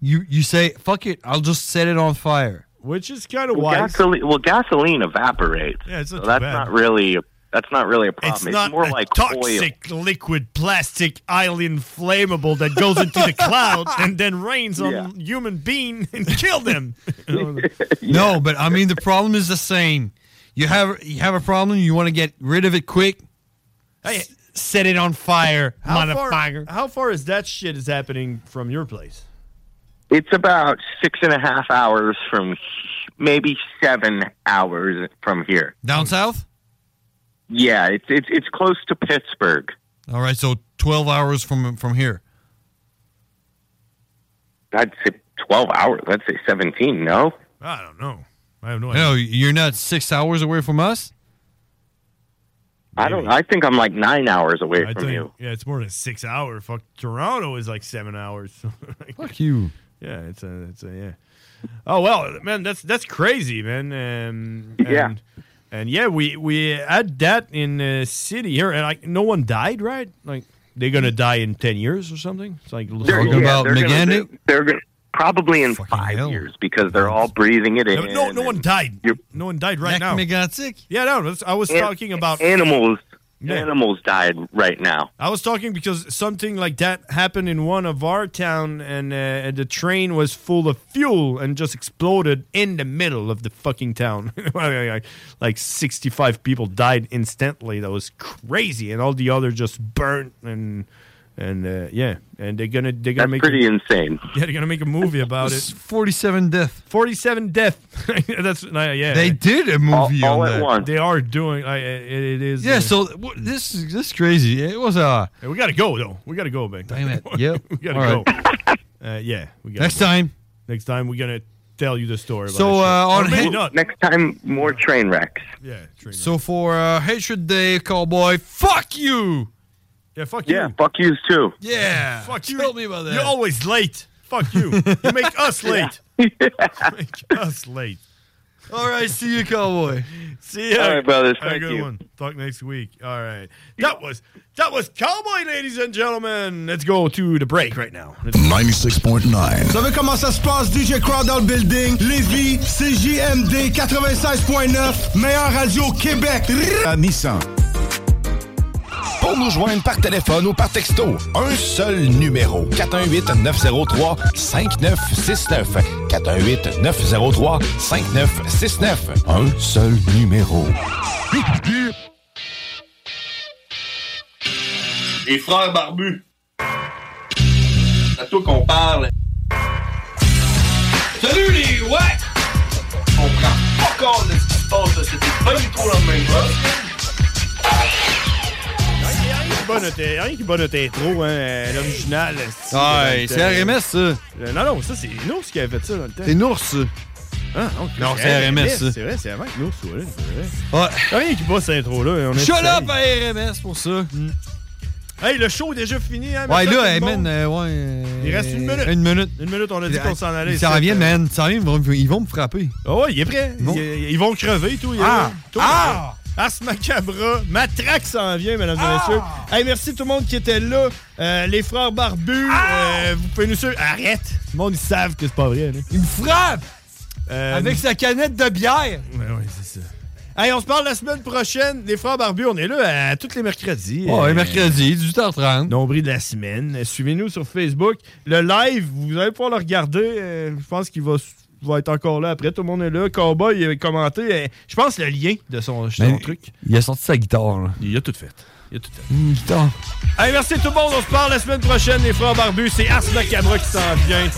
Speaker 8: You you say fuck it, I'll just set it on fire.
Speaker 5: Which is kind of
Speaker 22: Well, gasoline, well, gasoline evaporates.
Speaker 5: Yeah, it's not
Speaker 22: so
Speaker 5: too
Speaker 22: that's
Speaker 5: bad.
Speaker 22: not really that's not really a problem.
Speaker 5: It's not
Speaker 22: more
Speaker 5: a
Speaker 22: like oil.
Speaker 5: toxic liquid plastic island flammable that goes into the clouds and then rains
Speaker 8: Yeah.
Speaker 5: on human being and kill them.
Speaker 8: No, but I mean the problem is the same. You have you have a problem. You want to get rid of it quick.
Speaker 5: Hey,
Speaker 8: set it on fire,
Speaker 5: how,
Speaker 8: motherfucker.
Speaker 5: far, how far is that shit is happening from your place?
Speaker 22: It's about six and a half hours from, h- maybe seven hours from here.
Speaker 8: Down south.
Speaker 22: Yeah, it's it's it's close to Pittsburgh.
Speaker 8: All right, so twelve hours from from here.
Speaker 22: I'd say twelve hours. I'd say seventeen. No,
Speaker 5: I don't know. I have no idea.
Speaker 8: No, you're not six hours away from us.
Speaker 22: I don't. I think I'm like nine hours away
Speaker 5: I
Speaker 22: from
Speaker 5: think-
Speaker 22: you.
Speaker 5: Yeah, it's more than six hour. Fuck, Toronto is like seven hours.
Speaker 8: Fuck you.
Speaker 5: Yeah, it's a, it's a, yeah. Oh well, man, that's that's crazy, man. Um, and,
Speaker 22: Yeah.
Speaker 5: and yeah, we we had that in the city here, and like no one died, right? Like they're gonna die in ten years or something. It's like
Speaker 22: They're, yeah, they're gonna, they're, they're gonna, probably in five years because they're all breathing it in.
Speaker 5: No, no, no one died. No one died right now. Yeah, no, that's- I was
Speaker 22: An-
Speaker 5: talking about
Speaker 22: animals.
Speaker 5: uh, Yeah.
Speaker 22: Animals died right now.
Speaker 5: I was talking because something like that happened in one of our town, and uh, the train was full of fuel and just exploded in the middle of the fucking town. like sixty-five people died instantly. That was crazy, and all the other just burnt and and uh, yeah, and they're gonna they're gonna
Speaker 22: That's
Speaker 5: make
Speaker 22: pretty
Speaker 5: a,
Speaker 22: insane.
Speaker 5: Yeah, they're gonna make a movie about it.
Speaker 8: Forty-seven death.
Speaker 5: Forty-seven death. That's uh, yeah.
Speaker 8: They did a movie on that.
Speaker 5: They are doing. I it, it is.
Speaker 8: Yeah,
Speaker 5: uh,
Speaker 8: so wh- this is this is crazy. It was uh
Speaker 5: Hey, we gotta go though. We gotta go, man. Damn it.
Speaker 8: Yep.
Speaker 5: we gotta
Speaker 8: All
Speaker 5: go. Uh, yeah. We gotta
Speaker 8: Next
Speaker 5: go.
Speaker 8: time.
Speaker 5: Next time we're gonna tell you the story. About
Speaker 8: So,
Speaker 5: that
Speaker 8: uh,
Speaker 5: shit.
Speaker 8: on
Speaker 5: Or maybe
Speaker 8: hand-
Speaker 5: not.
Speaker 22: Next time, more train wrecks.
Speaker 5: Yeah. True.
Speaker 8: So for uh, Hatred Day, Cowboy, fuck you.
Speaker 5: Yeah. Fuck
Speaker 22: Yeah, fuck yous too.
Speaker 8: Yeah.
Speaker 5: Fuck you.
Speaker 8: Tell me about that.
Speaker 5: You're always late. Fuck you. you make us late. make us late.
Speaker 8: All right, see you, Cowboy.
Speaker 5: See ya.
Speaker 22: All right, brothers.
Speaker 5: Have a
Speaker 22: Thank
Speaker 5: good
Speaker 22: you.
Speaker 5: one. Talk next week. All right. That was that was Cowboy, ladies and gentlemen. Let's go to the break right now.
Speaker 21: 96.9.
Speaker 20: Vous savez comment ça se passe, DJ Crowd Out Building, Lévis, CJMD 96.9, meilleure radio au Québec.
Speaker 21: à Nissan. Pour nous joindre par téléphone ou par texto, un seul numéro 418 903 5969 418 903 5969 un seul numéro.
Speaker 4: Les frères barbus. C'est à toi qu'on parle. Salut les ouais! On prend pas compte de ce qui se passe, là. c'était pas du tout dans le même bras.
Speaker 5: Pas notre- Rien qui bat notre intro, hein, euh, l'original. c'est-
Speaker 8: Ouais,
Speaker 5: notre,
Speaker 8: Ah, c'est
Speaker 5: euh,
Speaker 8: RMS, ça.
Speaker 5: Euh, non, non, ça, c'est Nours qui avait fait ça dans le temps.
Speaker 8: C'est Nours, ça.
Speaker 5: Ah, ok.
Speaker 8: Non, c'est RMS, ça.
Speaker 5: C'est vrai, c'est avant que Nours soit là. c'est
Speaker 8: vrai.
Speaker 5: Y a Rien qui bat cette intro-là. on est
Speaker 8: Shut
Speaker 5: serré.
Speaker 8: up à RMS pour ça.
Speaker 5: Hey, le show est déjà fini. Hein,
Speaker 8: Ouais,
Speaker 5: merci
Speaker 8: là,
Speaker 5: à
Speaker 8: hey,
Speaker 5: tout le
Speaker 8: man,
Speaker 5: monde.
Speaker 8: euh, ouais. euh,
Speaker 5: Il reste une minute.
Speaker 8: Une minute.
Speaker 5: Une minute, on a dit qu'on s'en allait.
Speaker 8: Ils s'en
Speaker 5: C'est-
Speaker 8: viennent, man. Ils s'en viennent, ils vont- ils vont me frapper.
Speaker 5: Ah ouais, il est prêt.
Speaker 8: Bon.
Speaker 5: Ils, ils vont crever, tout. il est
Speaker 8: Ah.
Speaker 5: là. Tout.
Speaker 8: Ah.
Speaker 5: euh, Ars Macabra, Matraque s'en vient, mesdames et messieurs. Hey, merci tout le monde qui était là. Euh, les frères barbus,
Speaker 8: Ah!
Speaker 5: euh, vous pouvez nous suivre. Arrête! Tout le monde, ils savent que c'est pas vrai.
Speaker 8: Il me frappe!
Speaker 5: Avec
Speaker 8: sa canette de bière!
Speaker 5: Ouais, ouais, c'est ça. Hey, on se parle la semaine prochaine. Les frères barbus, on est là à tous les mercredis.
Speaker 8: Ouais,
Speaker 5: Euh,
Speaker 8: mercredi, 18h30.
Speaker 5: Nombril de la semaine. Euh, Suivez-nous sur Facebook. Le live, vous allez pouvoir le regarder. Euh, je pense qu'il va s- va être encore là après. Tout le monde est là. Cowboy il a commenté, euh, je pense, le lien de son, son
Speaker 8: Ben,
Speaker 5: truc.
Speaker 8: Il a sorti sa guitare. Là.
Speaker 5: Il a tout fait. Il a tout fait.
Speaker 8: Une guitare.
Speaker 5: Hey, merci tout le monde. On se parle la semaine prochaine, les frères barbus. C'est Ars Macabra qui s'en vient.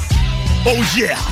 Speaker 5: Oh yeah!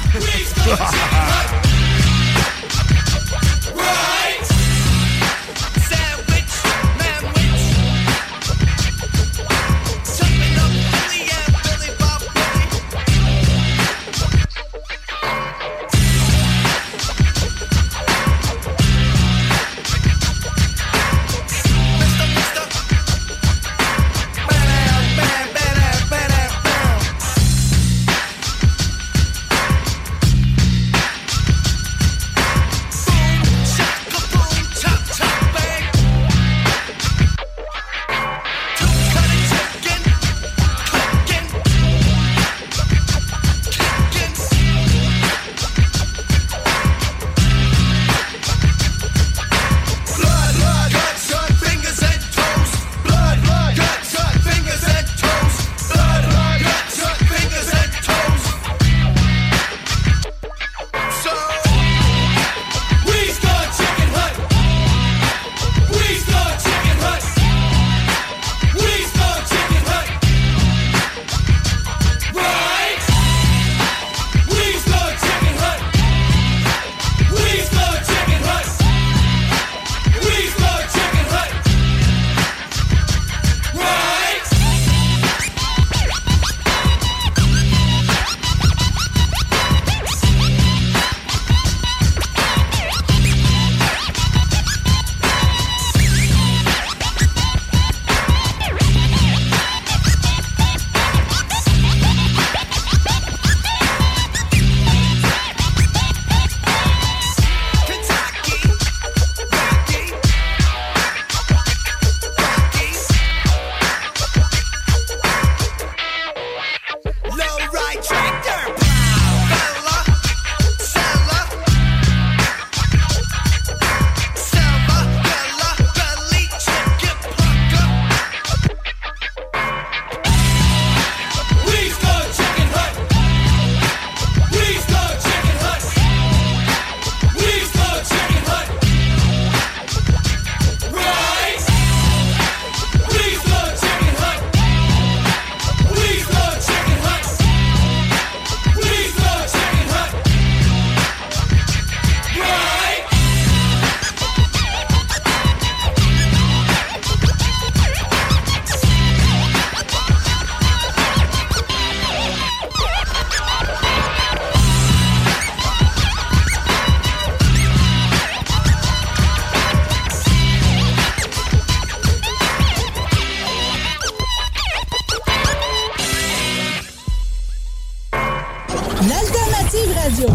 Speaker 19: L'alternative radio.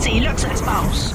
Speaker 23: C'est là que ça se passe.